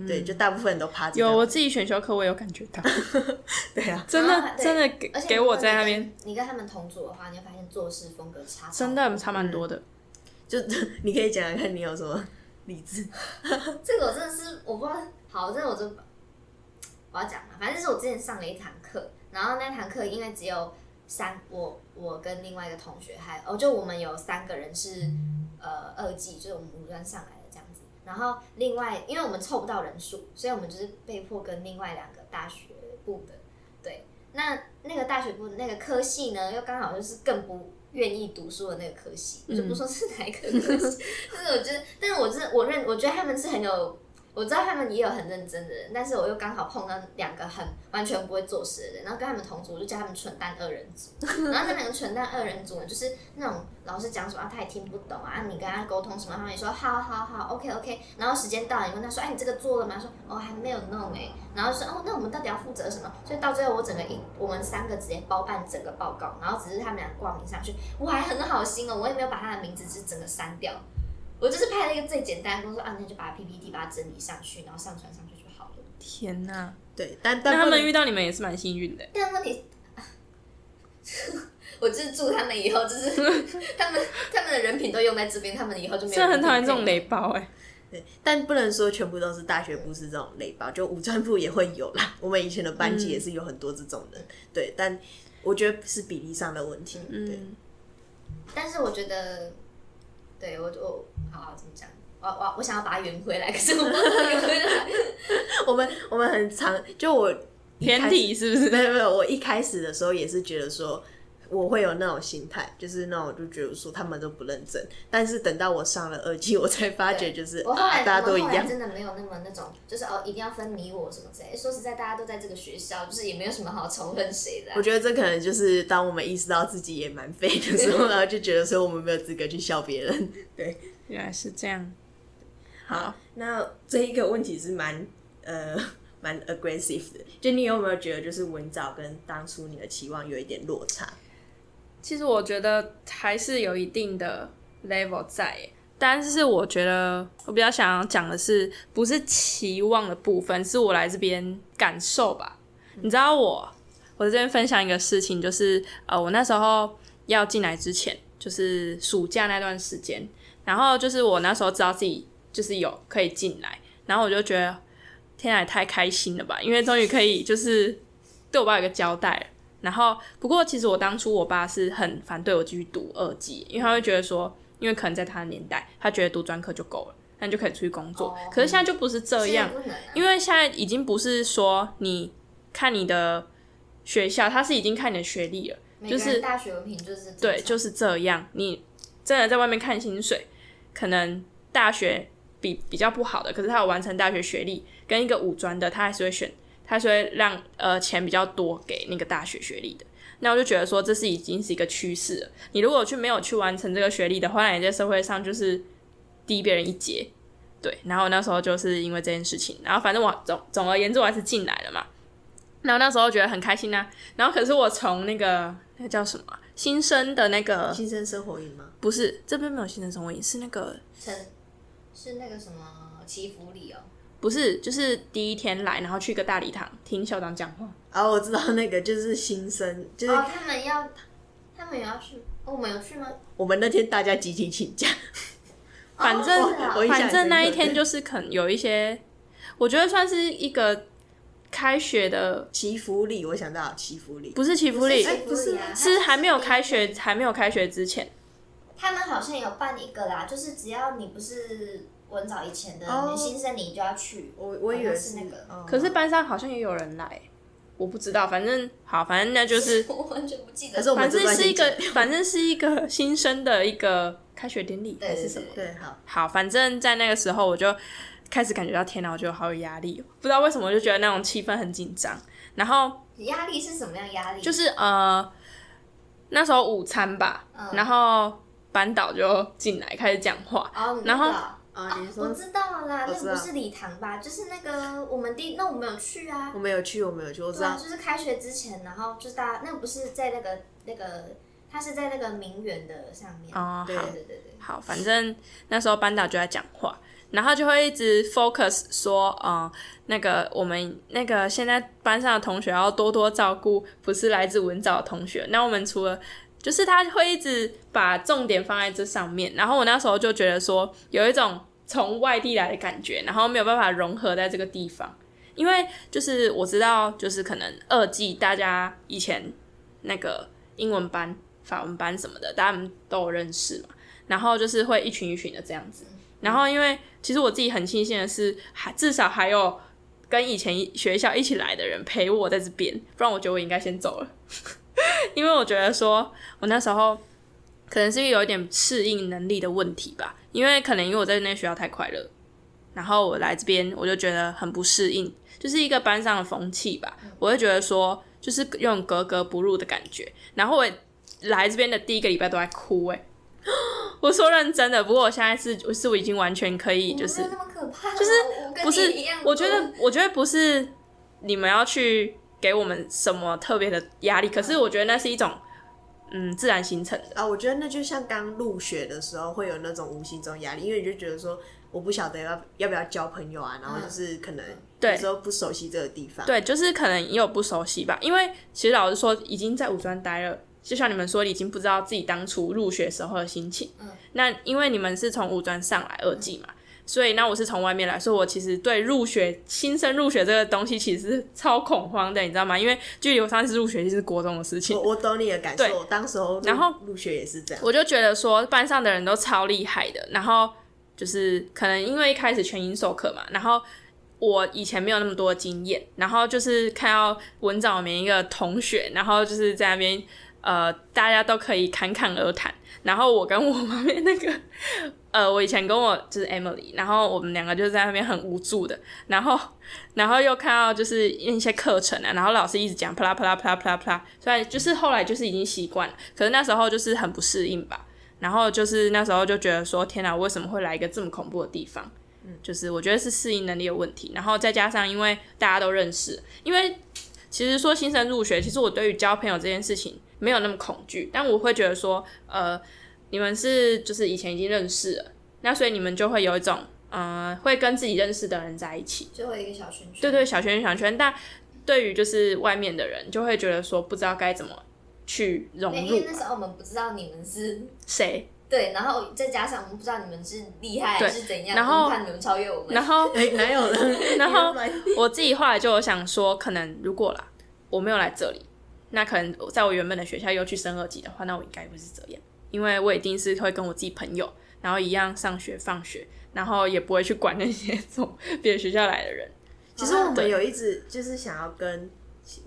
对，就大部分人都趴着这
嗯有
样。
我自己选修课，我有感觉到，
对啊，
真
然后
的
还得
真的给
而且
给
如果
我在那
你跟
边，
你跟他们同组的话，你会发现做事风格差超
真
多
的差蛮
嗯
多的。
就你可以讲讲看你有什么例子。
这个我真的是我不知道，好，这个我就我要讲嘛，反正就是我之前上了一堂课，然后那堂课因为只有三，我我跟另外一个同学还哦，就我们有三个人是呃二技，就是我们五专上来的这样子，然后呃另外因为我们凑不到人数，所以我们就是被迫跟另外两个大学部的对，那那个大学部的那个科系呢，又刚好就是更不愿意读书的那个科系，我就不说是哪一个科系， 但是我觉得，但是我真的我认，我觉得他们是很有，我知道他们也有很认真的人，但是我又刚好碰到两个很完全不会做事的人，然后跟他们同组，我就叫他们蠢蛋二人组。然后那两个蠢蛋二人组呢，就是那种老师讲什么、啊他也听不懂啊，你跟他沟通什么，他们也说好好好，OK OK，然后时间到了，你问他说，哎，你这个做了吗？他说哦还没有弄哎、然后就说哦，那我们到底要负责什么？所以到最后我整个一我们三个直接包办整个报告，然后只是他们俩挂名上去，我还很好心哦，我也没有把他的名字就是整个删掉，我就是拍了一个最简单的工作啊，那就把 PPT 把它整理上去，然后上传上去就好了。
天哪！
对，但
那
但
他
不
们
能
遇到你们也是蛮幸运的。
但问题， 我就是祝他们以后就是 他们他们的人品都用在这边，他们以后就没有
真的很讨厌
人品
这种
可以
雷包哎、
对，但不能说全部都是大学部是这种类吧，就五专部也会有啦。我们以前的班
嗯
级也是有很多这种人，对，但我觉得是比例上的问题。对，
嗯，
但是我觉得，对我我好好怎么讲？我我我想要把它圆回来，可是我不能圆回来。
我们我们很常就我一开
天
始
体是不 是？
没有没有，我一开始的时候也是觉得说。我会有那种心态，就是那种就觉得说他们都不认真，但是等到我上了二季，我才发觉就是
我后来、
啊，大家都一
我后来
样。
真的没有那么那种，就是哦，一定要分你我什么之类的。说实在，大家都在这个学校，就是也没有什么好仇恨谁的啊、
我觉得这可能就是当我们意识到自己也蛮废的 时候，然后就觉得说我们没有资格去笑别人。
原来是这样。
好，那这一个问题是蛮呃 蛮 aggressive 的，就你有没有觉得就是文藻跟当初你的期望有一点落差？
其实我觉得还是有一定的 level 在欸，但是我觉得我比较想要讲的是，不是期望的部分，是我来这边感受吧。你知道我，我这边分享一个事情，就是呃，我那时候要进来之前，就是暑假那段时间，然后就是我那时候知道自己就是有可以进来，然后我就觉得天啊，也太开心了吧，因为终于可以就是对我爸有个交代了。然后，不过其实我当初我爸是很反对我继续读二技，因为他会觉得说，因为可能在他的年代，他觉得读专科就够了，那你就可以出去工作。
哦
可是现在就不是这
现在
样，
不能、啊，
因为现在已经不是说你看你的学校，他是已经看你的学历了，
每个
就是
人大学文凭就是
对，
正常
就是这样。你真的在外面看薪水，可能大学比比较不好的，可是他有完成大学学历，跟一个五专的，他还是会选，他还是会让呃钱比较多给那个大学学历的。那我就觉得说，这是已经是一个趋势了。你如果去没有去完成这个学历的话，那你在社会上就是低别人一截。对，然后那时候就是因为这件事情，然后反正我总总而言之我还是进来了嘛。然后那时候觉得很开心呐、啊然后可是我从那个那个叫什么啊新生的那个
新生生活营吗？
不是这边没有新生生活营，是那个
成是那个什么祈福礼哦，
不是就是第一天来，然后去一个大礼堂听校长讲话。
啊，我知道那个就是新生，就是
哦，他们要他们也要去，哦，我们有去吗？
我们那天大家集体请假，
反正
哦是啊
我印象
反正那一
深刻
天就是可能有一些，我觉得算是一个开学的，
祈福礼，我想到祈福礼，
不是祈福礼，
哎不是啊
是还没有开学，还没有开学之前。
他们好像有办一个啦，就是只要你不是文藻以前的
哦
新生，你就要去。
我我以为
好像是那个
哦
可是班上好像也有人来，我不知道，反正好，反正那 就是，
我完全不记得。
可是我
反
们
正
这段
是
先
一个
剪，
反正是一个新生的一个开学典礼
对
还
对
是
对
什么的。
对，好，
好，反正在那个时候我就开始感觉到天哪，我觉得好有压力哦，不知道为什么我就觉得那种气氛很紧张。然后
压力是什么样压力？
就是呃，那时候午餐吧，
嗯
然后班导就进来开始讲话，
哦，你
然后
知道
啊，
哦
你，
我
说
知道啦，
我
那
知
个
道
不是礼堂吧？就是那个我们第，那我们有去啊
我。没有去，我没有去，我知
对啊，
道，
就是开学之前，然后就是大家，那个不是在那个那个，他是在那个名媛的上面。
哦
对
好
对对对。
好，反正那时候班导就在讲话，然后就会一直 focus 说，嗯、那个我们那个现在班上的同学要多多照顾，不是来自文藻的同学。那我们除了就是他会一直把重点放在这上面，然后我那时候就觉得说有一种从外地来的感觉，然后没有办法融合在这个地方，因为就是我知道，就是可能二季大家以前那个英文班、法文班什么的，大家都有认识嘛，然后就是会一群一群的这样子，然后因为其实我自己很庆幸的是，还至少还有跟以前一学校一起来的人陪我在这边，不然我觉得我应该先走了。 因为我觉得说，我那时候可能是因为有一点适应能力的问题吧，因为可能因为我在那学校太快乐，然后我来这边我就觉得很不适应，就是一个班上的风气吧，我会觉得说就是有种格格不入的感觉。然后我来这边的第一个礼拜都在哭、欸， 我说认真的，不过我现在是是我已经完全可以就是
你没有那么可怕，啊
就是
我我跟
不是
你一样，
我觉 得，我觉得不是你们要去给我们什么特别的压力，可是我觉得那是一种，嗯，自然形成的。
啊，我觉得那就像刚入学的时候会有那种无形中压力，因为你就觉得说我不晓得要要不要交朋友啊，然后就是可能
嗯对
有时候不熟悉这个地方，，
对，就是可能也有不熟悉吧，因为其实老实说，已经在五专待了，就像你们说，已经不知道自己当初入学时候的心情。
嗯，
那因为你们是从五专上来二技嘛，所以那我是从外面来，所以我其实对入学新生入学这个东西其实是超恐慌的，你知道吗？因为距离我上一次入学就是国中的事情
我，我懂你的感
对
受，我当时候入
然后
入学也是这样，
我就觉得说班上的人都超厉害的，然后就是可能因为一开始全英授课嘛，然后我以前没有那么多经验，然后就是看到文藻里面一个同学，然后就是在那边呃大家都可以侃侃而谈，然后我跟我旁边那个 呃我以前跟我就是 Emily，然后我们两个就在那边很无助的，然后然后又看到就是一些课程啊，然后老师一直讲啪啦啪啦啪啦啪啦啪啦，虽然就是后来就是已经习惯了，可是那时候就是很不适应吧。然后就是那时候就觉得说，天哪，我为什么会来一个这么恐怖的地方？就是我觉得是适应能力有问题，然后再加上因为大家都认识，因为其实说新生入学，其实我对于交朋友这件事情没有那么恐惧，但我会觉得说，呃，你们是就是以前已经认识了，那所以你们就会有一种，呃，会跟自己认识的人在一起，
最后一个小圈圈，
对对，小圈圈小圈，但对于就是外面的人，就会觉得说不知道该怎么去融
对，因
入
为那时候我们不知道你们是
谁，
对，然后再加上我们不知道你们是厉害还
对
是怎样，
然后
我们怕你们超越我们，
然后
哎、哪有呢？
然后
你又来
我自己后来就有想说，可能如果啦，我没有来这里，那可能在我原本的学校又去升二级的话，那我应该会是这样，因为我一定是会跟我自己朋友，然后一样上学放学，然后也不会去管那些 从别的学校来的人。
其实我们
对
有一直就是想要跟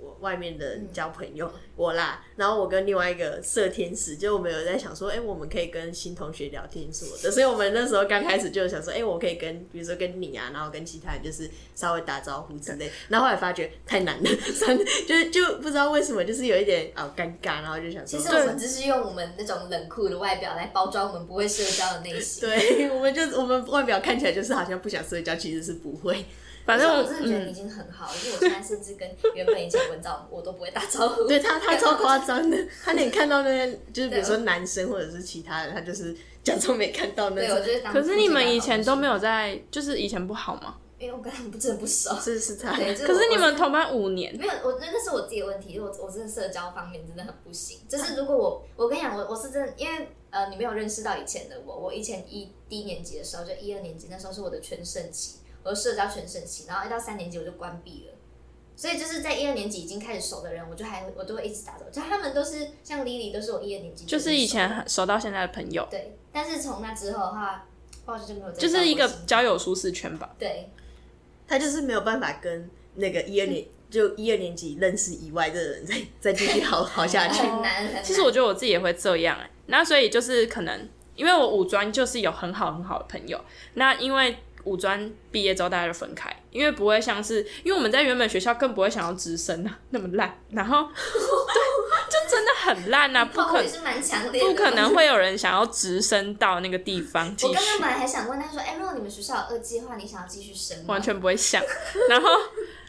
我外面的
嗯
人交朋友，我啦，然后我跟另外一个色天使，就我们有在想说，哎、我们可以跟新同学聊天什么的，所以我们那时候刚开始就想说，哎、我可以跟，比如说跟你啊，然后跟其他人就是稍微打招呼之类，然后后来发觉太难了， 真的就是就不知道为什么，就是有一点哦尴尬，然后就想说，
其实我们只是用我们那种冷酷的外表来包装我们不会社交的内心。
对， 我们就我们外表看起来就是好像不想社交，其实是不会。
反正
但
我
我真的觉得你已
嗯，
经很好，因为我现在甚至跟原本以前文藻我都不会打招呼。
对他，他超夸张 的，他连看到那些，就是比
对
如说男生或者是其他人，他就是假装没看到那
对，我
种。
就是当
可是你们以前都没
有，
有在，就是以前不好吗？
因为我跟他们不真的不熟。
是是他，
对，就
可
我
是你们同班五年，
没有，我那那是我自己的问题，我我真的社交方面真的很不行。就是如果我，我跟你讲，我我是真的，因为呃，你没有认识到以前的我，我以前一低年级的时候，就一二年级那时候是我的全盛期，我的社交全盛期，然后一到三年级我就关闭了。所以就是在一二年级已经开始熟的人，我就还我都会一直打招呼，就他们都是像 Lily 都是我一二年级
就
熟
是以前熟到现在的朋友，
对，但是从那之后的话，我就没有再
就是一
交
个
过心
交友舒适圈吧。
对
他就是没有办法跟那个一二
嗯
年就一二年级认识以外的人再 再继续好好下去。
很难很难。
其实我觉得我自己也会这样哎、那所以就是可能因为我五专就是有很好很好的朋友，那因为五专毕业之后大家就分开，因为不会像是因为我们在原本学校更不会想要直升啊那么烂，然后 对，就真的很烂呐、啊，不
我
可
也是蛮强烈的，
不可能会有人想要直升到那个地方继
我刚刚
续
本，来还想问他说，哎、如果你们学校有二计划，你想要继续升吗？
完全不会想。 然后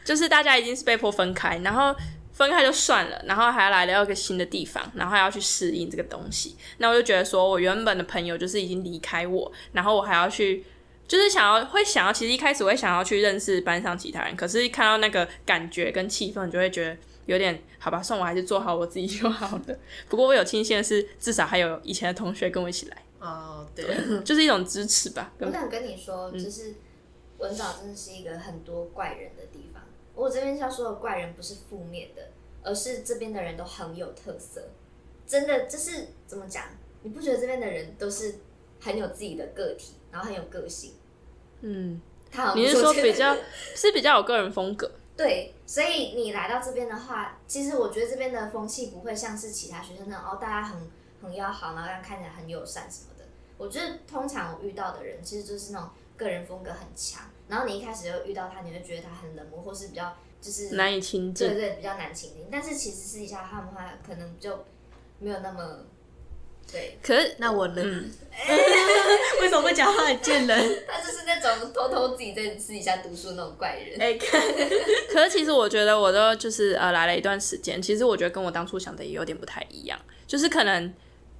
就是大家已经是被迫分开，然后分开就算了，然后还要来到一个新的地方，然后还要去适应这个东西。那我就觉得说，我原本的朋友就是已经离开我，然后我还要去就是想要会想要，其实一开始会想要去认识班上其他人，可是一看到那个感觉跟气氛，就会觉得有点好吧，算我还是做好我自己就好了。 不过我有庆幸的是，至少还有以前的同学跟我一起来，
哦，对，
就是一种支持吧。
我
跟嗯
敢跟你说，就是文藻真的是一个很多怪人的地方。我这边要说的怪人不是负面的，而是这边的人都很有特色。真的，就是怎么讲？你不觉得这边的人都是很有自己的个体，然后很有个性？
嗯，
他好像
你是
不
说
这
比
个
较是比较有个人风格？
对，所以你来到这边的话，其实我觉得这边的风气不会像是其他学生那种哦，大家很很要好，然后让看起来很友善什么的。我觉得通常我遇到的人，其实就是那种个人风格很强，然后你一开始就遇到他，你会觉得他很冷漠，或是比较就是
难以亲
对
近，
对比较难亲近。但是其实私底下他们的话，可能就没有那么对，
可是嗯
那我呢？
嗯
为什么不讲话很贱人？
他就是那种偷偷自己在私底下读书的那种怪人。
哎、看，
可是其实我觉得我都就是呃来了一段时间，其实我觉得跟我当初想的也有点不太一样，就是可能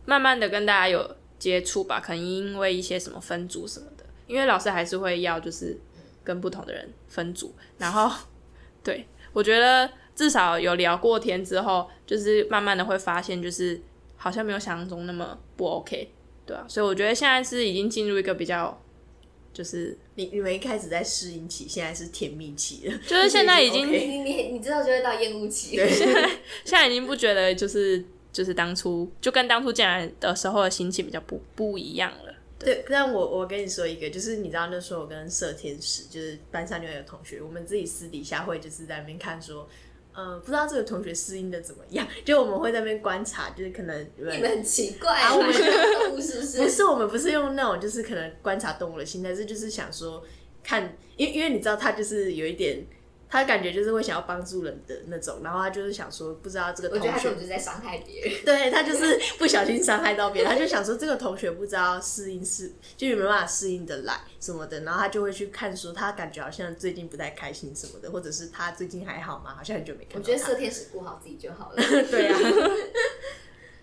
慢慢的跟大家有接触吧，可能因为一些什么分组什么的，因为老师还是会要就是跟不同的人分组，然后 对我觉得至少有聊过天之后，就是慢慢的会发现就是好像没有想象中那么不 OK，对啊，所以我觉得现在是已经进入一个比较就是
你你们一开始在适应期，现在是甜蜜期了，
就是现在已经
OK
你你你知道就会到厌恶期，
现在已经不觉得就是就是当初就跟当初进来的时候的心情比较不不一样了。
对，但我我跟你说一个，就是你知道那时候我跟社天使，就是班上就有同学，我们自己私底下会就是在那边看说，呃，不知道这个同学适应的怎么样，就我们会在那边观察，就是可能
你们很奇怪，
啊我 们
动物是不
不
是？
是我们不是用那种就是可能观察动物的心态，是就是想说看，因为因为你知道他就是有一点，他感觉就是会想要帮助人的那种，然后他就是想说不知道这个
我
同
觉得他
学
根本就是在伤害别人。
对他就是不小心伤害到别人，他就想说这个同学不知道适应是就有没有办法适应的来什么的，然后他就会去看说他感觉好像最近不太开心什么的，或者是他最近还好吗？好像很久没看
我
到
觉得
他
色。天使顾好自己就好了。
对 啊，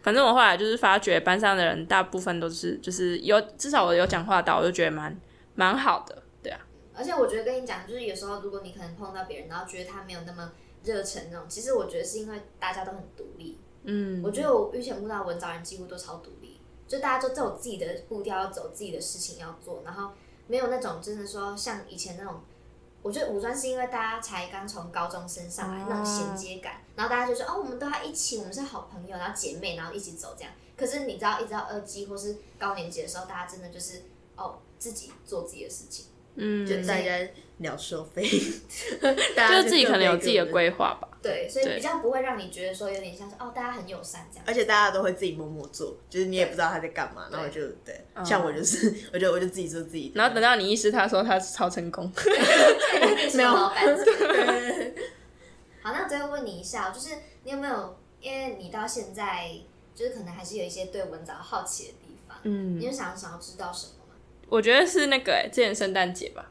反正我后来就是发觉班上的人大部分都是就是有至少我有讲话到，我就觉得蛮蛮好的，对啊，
而且我觉得跟你讲，就是有时候如果你可能碰到别人，然后觉得他没有那么热忱那种，其实我觉得是因为大家都很独立。
嗯
我觉得我遇前遇到的文藻人几乎都超独立，就大家都都有自己的步调要走，自己的事情要做，然后没有那种真的说像以前那种。我觉得五专是因为大家才刚从高中升上来
哦，
那种衔接感，然后大家就说哦，我们都要一起，我们是好朋友，然后姐妹，然后一起走这样。可是你知道，一直到二季或是高年级的时候，大家真的就是哦，自己做自己的事情。
嗯，
就大家聊收 费，大家
就是自己可能有自己的
规，
规划吧。
对，所以
对
比较不会让你觉得说有点像是哦，大家很友善这样。
而且大家都会自己默默做，就是你也不知道他在干嘛，然后我就对，像我就是，我就我就自己做自己的，
哦然后等到你意识到的时候，他是超成功。
没有老板。好，那最后问你一下，就是你有没有，因为你到现在就是可能还是有一些对文藻好奇的地方，
嗯
你有想想要知道什么吗？
我觉得是那个、欸、之前圣诞节吧，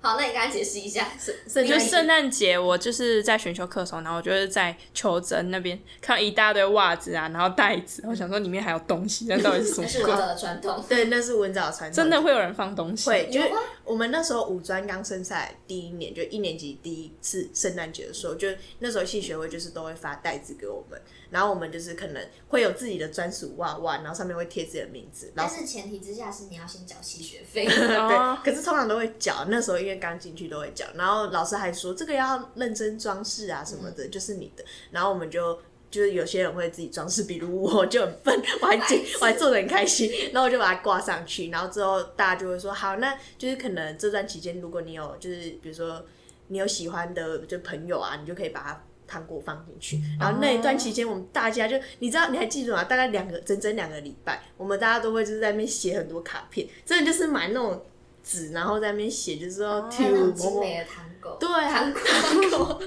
好，那你刚才解释一下，
圣
因为
诞
圣诞节我就是在选修课的时候，然后我就是在求真那边看到一大堆袜子啊，然后袋子，我想说里面还有东西，那到底是什
那
么
是
鬼
文藻？的传统。
对，那是文藻传统，
真的会有人放东西？
会，，就是
有啊
我们那时候五专刚升上来第一年，就一年级第一次圣诞节的时候，就那时候系学会就是都会发袋子给我们，然后我们就是可能会有自己的专属袜袜，然后上面会贴自己的名字，然
但
后。
是前提之下是你要先缴系学 费，
哦
对，可是通常都会缴，那时候因为刚进去都会缴，然后老师还说这个要认真装饰啊什么的，就是你的，然后我们就。就是有些人会自己装饰，比如我就很笨，我还记我还做的很开心，然后我就把它挂上去，然后之后大家就会说好，那就是可能这段期间，如果你有就是比如说你有喜欢的就朋友啊，你就可以把它糖果放进去。然后那一段期间，我们大家就你知道你还记得吗？大概两个整整两个礼拜，我们大家都会就是在那边写很多卡片，真的就是买那种纸，然后在那边写，就是说
还有那
to
种
某
精
某
美的糖果，
对
糖果，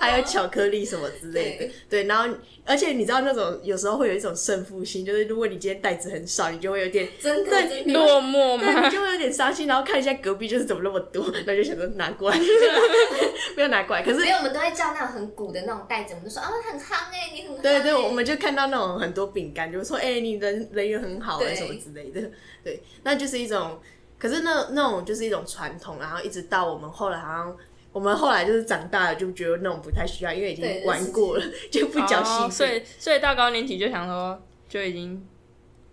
还有巧克力什么之类的，对，然后而且你知道那种有时候会有一种胜负心，就是如果你今天袋子很少，你就会有点
真的
对
真的
落寞
对，
吗
你？就会有点伤心，然后看一下隔壁就是怎么那么多，那就想说拿过来， 不要拿过来。可是
没有，我们都会叫那种很鼓的那种袋子，我们就说啊很夯哎、你很夯、欸。
对对，我们就看到那种很多饼干，就会说哎、你人人缘很好啊
对
什么之类的，对，那就是一种。可是那那种就是一种传统，啊然后一直到我们后来好像。我们后来就是长大了，就觉得那种不太需要，因为已经
对
玩过了，就不缴戏
哦
费。
所以所以到高年级就想说就已经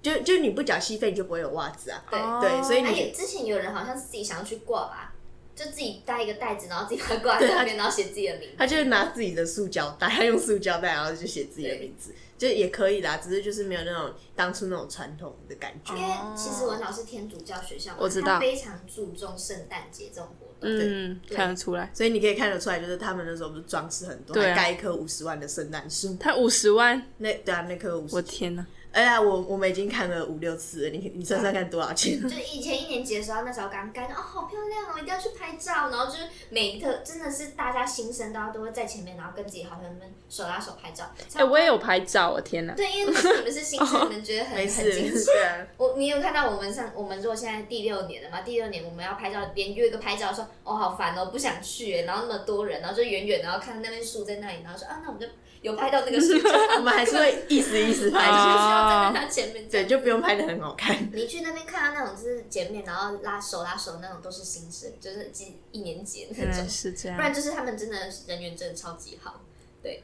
就就你不缴戏费，你就不会有袜子啊。
对
哦
对所以
而
你
且之前有人好像是自己想要去挂吧，就自己带一个袋子，然后自己把它挂在那边，然后写自己的名字。
他就是拿自己的塑胶袋，他用塑胶袋，然后就写自己的名字，就也可以啦。只是就是没有那种当初那种传统的感觉。
因为其实文老师天主教学校嘛，
哦我知
他
道
非常注重圣诞节这种活动。
嗯看得出来，
所以你可以看得出来，就是他们那时候不是装饰很多，
对啊
还盖一棵五十万的圣诞树。
他五十万，
那对啊，那棵五
我
十，
天哪！
哎呀，我我们已经看了五六次了，你你算算看多少
嗯
钱？
就以前一年级的时候，那时候刚盖，哦，好漂亮哦，一定要去拍照。然后就是每一特真的是大家新生都要都会在前面，然后跟自己好朋友们手拉手拍照。
哎、我也哦有拍照，我天哪！
对，因为那时候你们是新 生，你们觉得很
没
很
事，
惊
没
喜
事。啊。
我你有看到我们上我们如果现在第六年了嘛？第六年我们要拍照，连约一个拍照说哦好烦哦，不想去耶，然后那么多人，然后就远远然后看到那边树在那里，然后说啊那我们就有拍到那个树，就好
我们还是 会啊意思意思拍
就是
啊
一下，
要站在他前面。
对，，就不用拍的很好看。
你去那边看到那种就是见面然后拉手拉手那种都是新生，就是几一年级的
原
那
来
种，
啊
是这
不
样。
然就是他们真的人缘真的超级好。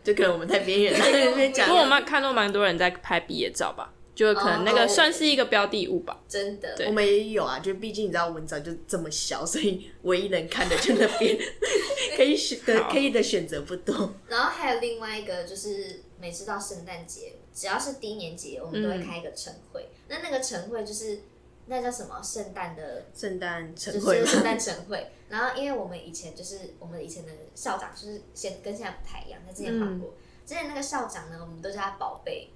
就可能我们太边缘了， 在那边讲
不。过我们看到蛮多人在拍毕业照吧，就可能那
哦
个算是一个标的物吧。
真的，
对
我们也有啊，就毕竟你知道文藻就这么小，所以唯一能看的就那 边，可以选的
好
可以的选择不多。
然后还有另外一个，就是每次到圣诞节，只要是低年级，我们都会开一个晨会。那那个晨会就是那叫什么圣诞的，
圣诞
就
晨会
是
嘛
圣诞晨会。然后因为我们以前就是我们以前的校长，就是现跟现在不太一样，他之前换
嗯
过。之前那个校长呢，我们都叫他宝贝，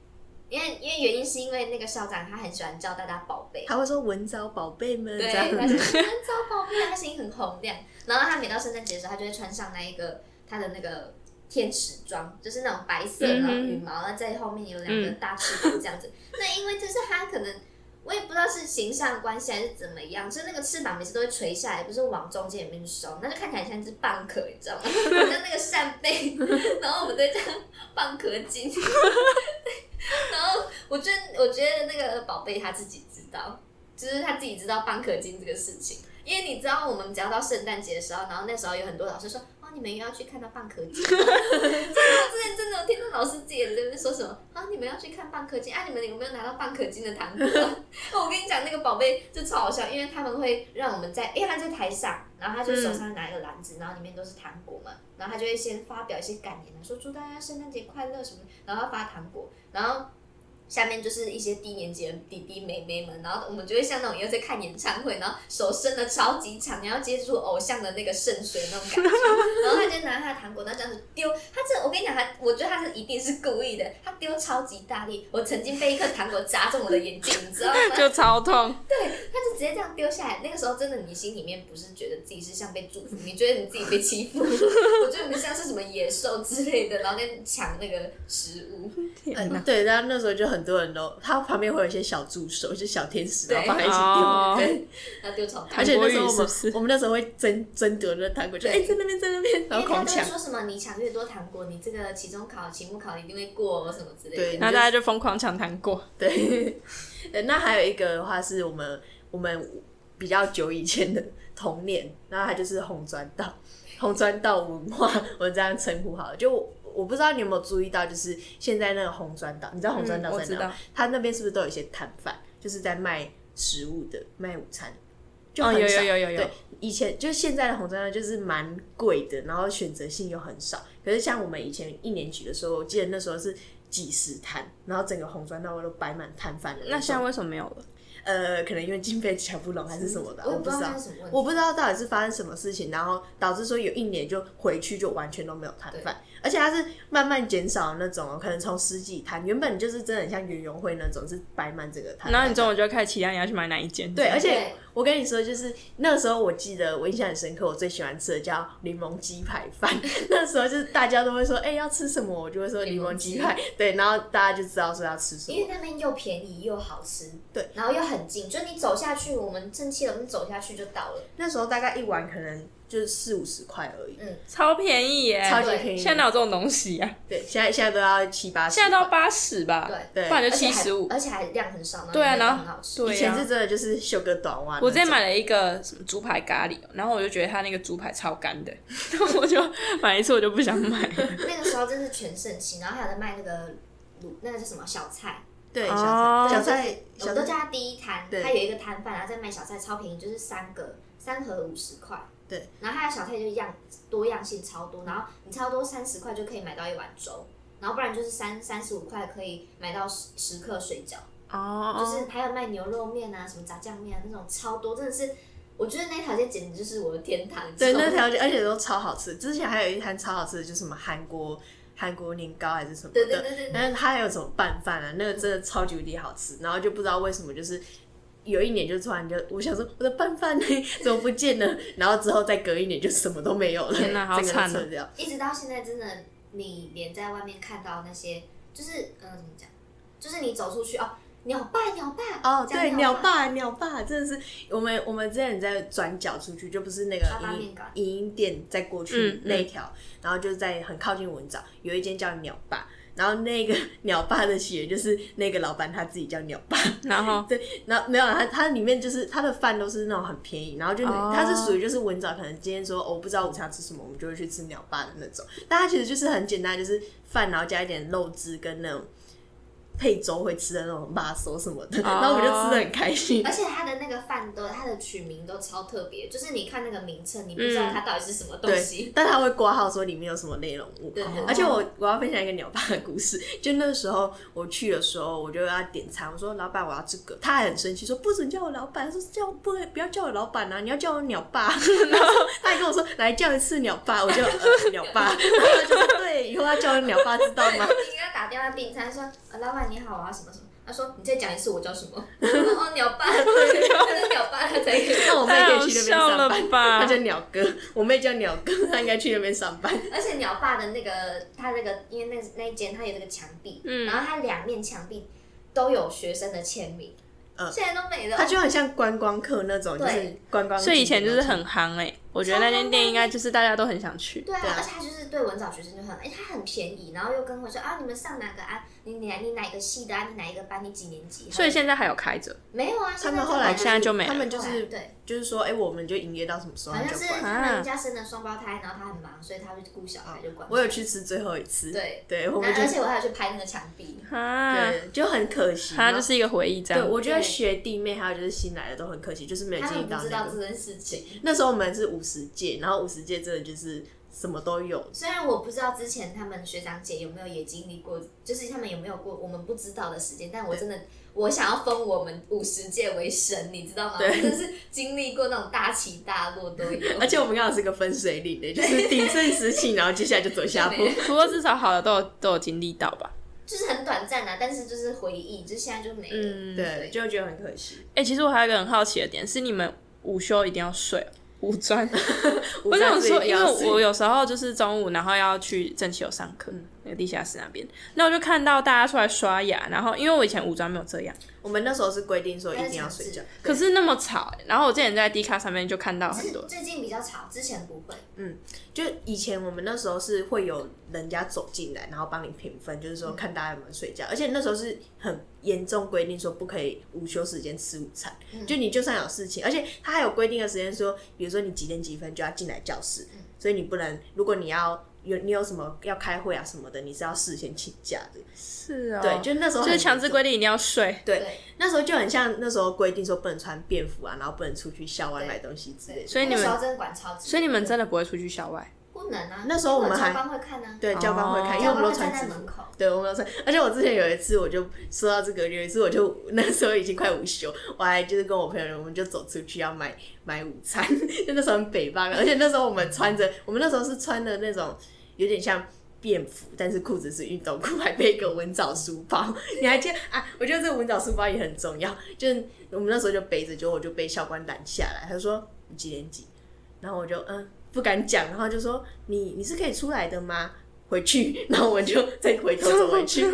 因为因为原因是因为那个校长他很喜欢叫大家宝贝。
他会说文藻宝贝们这
对，
样
他是嗯很早宝贝，他声音很洪亮。然后他每到圣诞节的时候，他就会穿上那一个他的那个天使装，就是那种白色
嗯哼
然后羽毛，那、在后面有两
嗯
个大翅膀这样子。那因为就是他可能。我也不知道是形象关系还是怎么样，就那个翅膀每次都会垂下来，不是往中间里面收，那就看起来像一只蚌壳，你知道吗？ 像那个扇贝，然后我们都会这样蚌壳精。然后我觉得，我觉得那个宝贝他自己知道，就是他自己知道蚌壳精这个事情，因为你知道我们只要到圣诞节的时候，然后那时候有很多老师说，哦，你们又要去看到蚌壳 精，真的之前真的有听到老师自己在那边说什么，啊，你们要去看蚌壳精，啊，你们有没有拿到蚌壳精的糖果？ 哦我跟你讲，那个宝贝就超好笑，因为他们会让我们在，因为他在台上，然后他就手上拿一个篮子，然后里面都是糖果嘛，然后他就会先发表一些感言，说祝大家圣诞节快乐什么，然后发糖果，然后。下面就是一些低年级的弟弟妹妹们，然后我们就会像那种又在看演唱会，然后手伸的超级长，然后接触偶像的那个圣水那种感觉，然后他就拿他的糖果，然后这样子丢，他这我跟你讲，他我觉得他是一定是故意的，他丢超级大力，我曾经被一颗糖果砸中我的眼睛，你知道吗？
就超痛，
他就直接这样丢下来。那个时候真的，你心里面不是觉得自己是像被祝福，你觉得你自己被欺负， 我觉得你像是什么野兽之类的，然后跟抢那个食物。
呃
天哪！
对，然后那时候就很多人都，他旁边会有一些小助手，就是小天使，
对
然后帮他一
哦
起 丢。对
然后丢草
而且那时候我
韩
们
国语是不是
我们那时候会争争夺那糖果，就哎
对
在那边在那边，然
因为他
后狂
都会
抢。
说什么你抢越多糖果，你这个期中考、期末考一定会过哦什么之类的。
对
那大家就疯狂抢糖果，
对，对，那还有一个的话是我们我们比较久以前的童年，然后它就是红砖道，红砖道文化，我这样称呼好了。就我我不知道你有没有注意到，就是现在那个红砖道，你知道红砖道
嗯我
在
知
哪
道
吗？它那边是不是都有一些摊贩，就是在卖食物的，卖午餐？就
哦，
很
有
少
有有有有
对，以前就是现在的红砖呢，就是蛮贵的，然后选择性又很少。可是像我们以前一年级的时候，我记得那时候是几十摊，然后整个红砖道路都摆满摊贩的种。
那现在为什么没有了？
呃，可能因为经费抢不拢还是什么的，
我也
我
不
不
知
知
道
道
那。是什么问题。
我不知道到底是发生什么事情，然后导致说有一年就回去就完全都没有摊贩，而且它是慢慢减少的那种哦，可能从十几摊，原本就是真的很像圆融会那种，是摆满整个摊贩的。
啊然后你中午就会开始期待你要去买哪一间。
对，而且
对
我跟你说，就是那时候我记得我印象很深刻，我最喜欢吃的叫柠檬鸡排饭。 那时候就是大家都会说，哎、要吃什么？我就会说柠
柠
檬
檬
鸡
鸡
排。对，然后大家就知道说要吃什
因
么。
为那边又便宜又好吃，
对，
然后又很近，就是你走下去，我们正气楼你走下去就到了。
那时候大概一碗可能就是四五十块而已。
超便宜耶，
超级便宜
现在哪有这种东西啊？
对，现在现在都要七八十
现
块，
在到八十吧，
对
对
不然就
而且
七
还
十五。
而且还量很少，
对啊，
然
然
很好
后
吃。
以
对
前
啊
是，真的就是修个短袜。
我之前买了一个什么猪排咖喱，哦然后我就觉得它那个猪排超干的， 然后我就买一次我就不想买了。
那个时候真是全盛期，然后还有在卖那个卤，那个叫什么小菜，
对小
哦
菜小菜
我
小
们都叫
菜
它第一摊，
对
它有一个摊贩，然后在卖小菜，超便宜，就是三个三盒五十块。
对，
然后它的小菜就是样多样性超多，然后你差不多三十块就可以买到一碗粥，然后不然就是三三十五块可以买到十十克水饺，就
哦，
是还有卖牛肉面啊、什么炸酱面啊那种超多，真的是我觉得那条街简直就是我的天堂。
对
你知道吗
那条街，而且都超好吃。之前还有一摊超好吃的，就是什么韩国韩国年糕还是什么
对对
的，
对对对，
但是它还有什么拌饭啊，那个真的超级无敌好吃。然后就不知道为什么就是。有一年就突然就，我想说我的拌饭呢 怎么不见了？然后之后再隔一年就什么都没有了，
天哪好
整个都
惨哦
撤掉。
一直到现在，真的你连在外面看到那些，就是嗯、呃怎么讲，就是你走出去哦，鸟爸鸟爸
哦，对，
讲
鸟爸鸟爸真的是我们我们之前在转角出去，就不是那个
爸爸
影
面馆
影音店再过
嗯
去那一条，然后就在很靠近文藻有一间叫鸟爸，然后那个 鸟爸的起源就是那个老板他自己叫鸟爸，
然后
然后没有他他里面就是他的饭都是那种很便宜，然后就
哦
他是属于就是文藻可能今天说哦我不知道午餐吃什么，我们就会去吃鸟爸的那种，但它其实就是很简单，就是饭然后加一点肉汁跟那种。配粥会吃的那种辣手什么的，然后我们就吃的很开心。
而且它的那个饭都，它的取名都超特别，就是你看那个名称，你不知道它到底是什么东
嗯对
西，。
但他会挂号说里面有什么内容物。
对对
而且我我要分享一个鸟爸的故事，就那时候我去的时候，我就要点餐，我说老板我要这个，他还很生气说不准叫我老板，说叫我不不要叫我老板啊，你要叫我鸟爸。 然后他还跟我说来叫一次鸟爸，我就、呃、鸟爸，然 后我就说对，以后要叫我鸟爸知道吗？
你给他打电话订餐说，呃老板你好，我要什么什么。他说你再讲一次我叫什么？ 我说哦，鸟爸，
啊
他是鸟爸，他才 可以。
那我妹
太
可
好
以去那边
笑
上
了
班。
吧
他？叫鸟哥，我妹叫鸟哥，她应该去那边上
哦
班。
而且鸟爸的那个，他那个，因为那那一间他有那个墙壁，
嗯
然后他两面墙壁都有学生的签名，
嗯
现在都没了。
他就很像观光客那种，就是
对
观光景点那种。
所以以前就是很夯哎、我觉得那间店应该就是大家都很想去。
对啊，
对啊
而且他就是对文藻学生就很，哎、他很便宜，然后又跟我说啊，你们上哪个啊？你哪你哪一个系的啊？你哪一个班？你几年级？
所以现在还有开着，
没有啊，
他们
就
后来
哦现在就没了
他们就是
对，
就是说，哎、我们就营业到什么时候
好
他
像
就是关。
他们人家生了双胞胎，然后他很忙，所以他就顾小孩就管。
我有去吃最后一次，
对，
对，我
然
们
后
就
而且我还有去拍那个墙壁，
啊，
对，就很可惜。
它就是一个回忆这
对，
样。
我觉得
对
学弟妹还有就是新来的都很可惜，就是没有
他
经历
们不
到
知
那
道这
个。
件事情。
那时候我们是五十届，然后五十届真的就是什么都有，
虽然我不知道之前他们学长姐有没有也经历过，就是他们有没有过我们不知道的时间，但我真的我想要封我们五十届为神，你知道吗？我
对
真的是经历过那种大起大落都有。
而且我们刚好是个分水 岭的，就是鼎盛时期，然后接下来就走下坡
对。
不过至少好的都有都有经历到吧。
就是很短暂啊，但是就是回忆，就现在就没了。
嗯，哎、
对，就觉得很可惜。
其实我还有一个很好奇的点是，你们午休一定要睡哦午专？
我
我想
上次一
说，
定
因
要
为
睡
我有时候就是中午，然后要去正气有上课，那个地下室那边，那我就看到大家出来刷牙，然后因为我以前午专没有这样，
我们那时候是规定说一定要睡觉，
可是那么吵、欸，然后我之前在 D 卡上面就看到很多，
最近比较吵，之前不会。
就以前我们那时候是会有人家走进来，然后帮你评分，就是说看大家有没有睡觉，而且那时候是很严重规定说不可以午休时间吃午餐，就你就算有事情，而且他还有规定的时间说，比如说你几点几分就要进来教室，所以你不能，如果你要有你有什么要开会啊什么的，你是要事先请假的，
是哦，
对，就那时候
就是
很
强制规定一定要睡，
对，那时候就很像那时候规定说不能穿便服啊，然后不能出去校外
对
买东西之类的，
所以你们
那时候真的管超级，
所以你们真的不会出去校外。
不能啊。
那时候我们还
教官会看啊，
对，教官会看，因为
教
我
官
们都
会
穿
站
制
在
服。
门口。
对，我没有穿。而且我之前有一次，我就说到这个，有一次我就那时候已经快午休，我还就是跟我朋友，我们就走出去要买买午餐， 就那时候很北方，啊而且那时候我们穿着，我们那时候是穿的那种有点像。便服，但是裤子是运动裤，还背一个文藻书包。你还记得啊？我觉得这个文藻书包也很重要。就是我们那时候就背着，就我就被校官拦下来，他说你几年级？然后我就嗯不敢讲，然后就说你你是可以出来的吗？回 去，然后我就再回头走回去，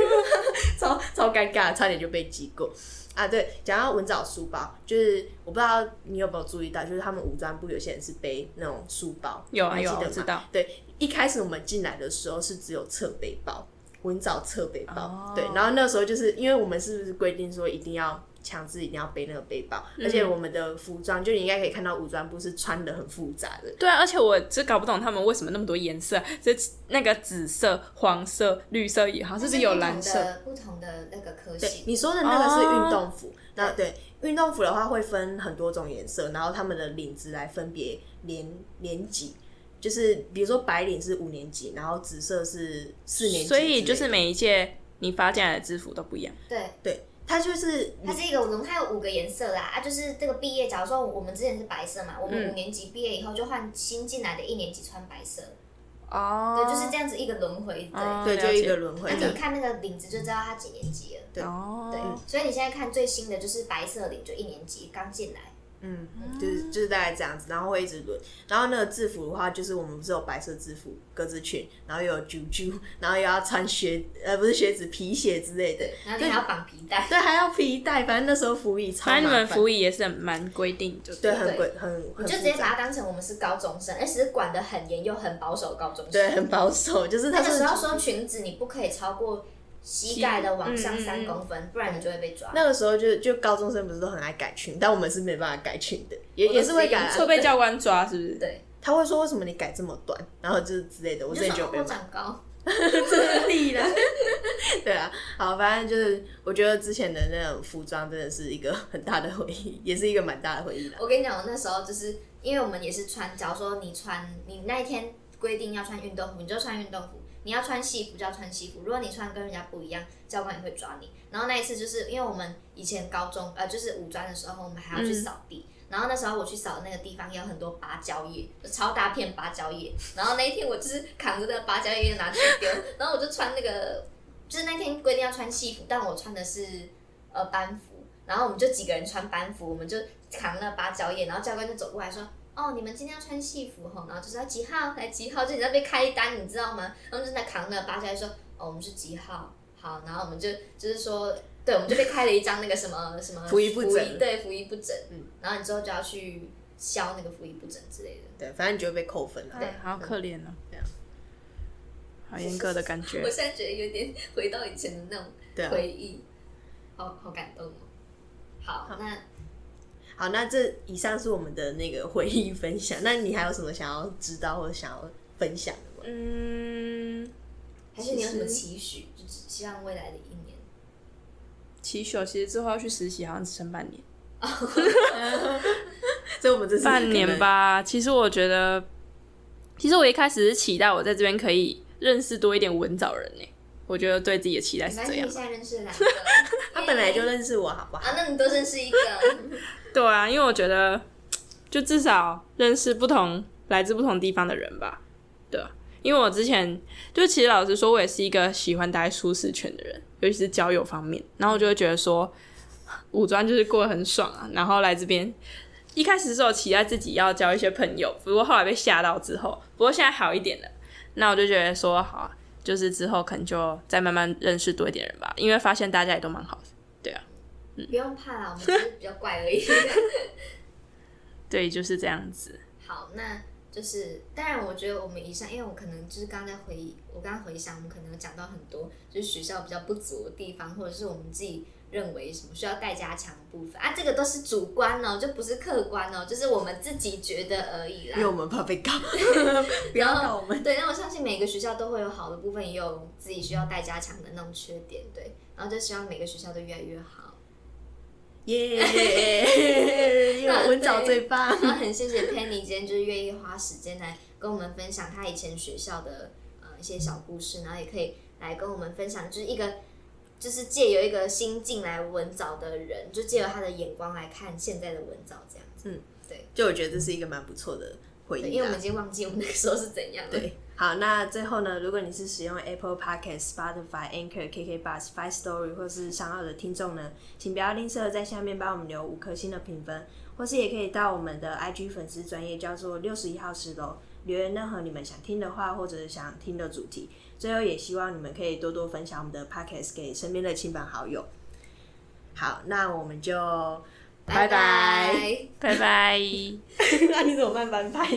超超尴尬，差点就被记过。啊，对，讲到文藻书包，就是我不知道你有没有注意到，就是他们武装部有些人是背那种书包，
有啊
你还记得
有啊，我
吗
知道。
对，一开始我们进来的时候是只有侧背包，文藻侧背包。
哦
对，然后那时候就是因为我们是不是规定说一定要强制一定要背那个背包，
嗯
而且我们的服装就你应该可以看到武装部是穿的很复杂的。
对啊，而且我只搞不懂他们为什么那么多颜色，这那个紫色、黄色、绿色也好，是不是有蓝色？
不同的那个科
对，
系，
你说的那个是
哦
运动服，那对运动服的话会分很多种颜色，然后他们的领子来分别年年级。就是比如说白领是五年级，然后紫色是四年级之类的，
所以就是每一届你发进来的制服都不一样。
对，
对，它就是
它是一个笼，它有五个颜色啦啊，就是这个毕业，假如说我们之前是白色嘛，我们
嗯
五年级毕业以后就换新进来的一年级穿白色，
哦
对，就是这样子一个轮回，对。
哦
对，
了
就一
解嗯
个轮回
那
这样
你。看那个领子就知道他几年级了，
对嗯
对
哦，，
所以你现在看最新的就是白色领，就一年级刚进来，
嗯，就是就是大概这样子，然后会一直轮。然后那个制服的话，就是我们不是有白色制服、格子裙，然后又有啾啾，然后又要穿靴，呃，不是靴子、皮鞋之类的。
然后你还要绑皮带，
对，还要皮带，反正那时候服役超麻
反
烦。
正你们服役也是很蛮规定，就
对
对。
很贵，很很
你就直
复
接
杂
把它当成我们是高中生，而且是管得很严又很保守的高中生。
对很保守，就是
那
他
个
是
时候说裙子你不可以超过膝盖的往上三公分，不然你就会被抓。
嗯那个时候就就高中生不是都很爱改裙，但我们是没办法改裙的，也
我都
也是会改啊
自己
会被教官抓是不是？
对，
他会说为什么你改这么短，然后就是之类的，我
我
之前就
想哦
有被
我
骂。
长高，
力啦。对啊，好，反正就是我觉得之前的那种服装真的是一个很大的回忆，也是一个蛮大的回忆啦。
我跟你讲，我那时候就是因为我们也是穿，假如说你穿，你那一天规定要穿运动服，你就穿运动服；你要穿西服就要穿西服。如果你穿跟人家不一样，教官也会抓你。然后那一次就是因为我们以前高中呃，就是五专的时候，我们还要去扫地。然后那时候我去扫那个地方，也有很多芭蕉叶，就超大片芭蕉叶。然后那一天我就是扛着那个芭蕉叶拿去丢，然后我就穿那个，就是那天规定要穿西服，但我穿的是呃班服。然后我们就几个人穿班服，我们就扛那芭蕉叶，然后教官就走过来说：“哦，你们今天要穿戏服吼。”然后就说几号来几号，就你在被开单，你知道吗？他们就在扛那芭蕉叶说：“哦，我们是几号？好。”然后我们就就是说，对，我们就被开了一张那个什么什么
服仪不整
对，服仪不整。
嗯
然后你之后就要去消那个服仪不整之类的。
对，反正你就会被扣分了。
哎好可怜哦
对啊，
好严格的感 觉
我。现在觉得有点回到以前的那
对
种
啊
回忆，好好感动哦。好，那
好，那这以上是我们的那个回忆分享。那你还有什么想要知道或者想要分享的吗？
嗯，
还是你有什么
其实
期许？就只希望未来的一年。
期休其实之后要去实习，好像只剩半年，
所以我们这是
半年。吧。其实我觉得，其实我一开始是期待我在这边可以认识多一点文藻人呢、欸我觉得对自己的期待
没
是
关
这
系，
样
你。现在认识两个，
他本来就认识我，好不好？
啊，那你多认识一个，
对啊，因为我觉得，就至少认识不同来自不同地方的人吧。对啊，因为我之前就其实老实说，我也是一个喜欢待在舒适圈的人，尤其是交友方面。然后我就会觉得说，武装就是过得很爽啊。然后来这边，一开始是有期待自己要交一些朋友，不过后来被吓到之后，不过现在好一点了。那我就觉得说，好啊，就是之后可能就再慢慢认识多一点人吧，因为发现大家也都蛮好的。
不用怕啦，我们只是比较怪而已。
对，就是这样子。
好，那就是当然，我觉得我们以上，因为我可能就是刚刚在回忆，我刚刚回想，我们可能有讲到很多就是学校比较不足的地方，或者是我们自己认为什么需要待加强的部分啊，这个都是主观哦，就不是客观哦，就是我们自己觉得而已啦
因为。我们怕被告，不要
然后
告我 们。
对，那我相信每个学校都会有好的部分，也有自己需要待加强的那种缺点，对。然后就希望每个学校都越来越好。
耶，因为文藻最棒。
然后很谢谢 Penny 今天就是愿意花时间来跟我们分享她以前学校的呃一些小故事，然后也可以来跟我们分享，就是一个就是借由一个新进来文藻的人，就借由他的眼光来看现在的文藻这样子。
嗯，
对，
就我觉得这是一个蛮不错嗯的回
对
忆
因为我
啦
们已。经忘记我们那个时候是怎样了。
对，好，那最后呢，如果你是使用 Apple Podcast、Spotify、Anchor、KK Bus、Five Story 或是商澳的听众呢，请不要吝啬在下面帮我们留五颗星的评分，或是也可以到我们的 IG 粉丝专业叫做六十一号十楼留言任何你们想听的话或者是想听的主题。最后也希望你们可以多多分享我们的 Podcast 给身边的亲朋好友。好，那我们就
拜
拜拜。
拜。
拜拜。
那你怎么慢半拍？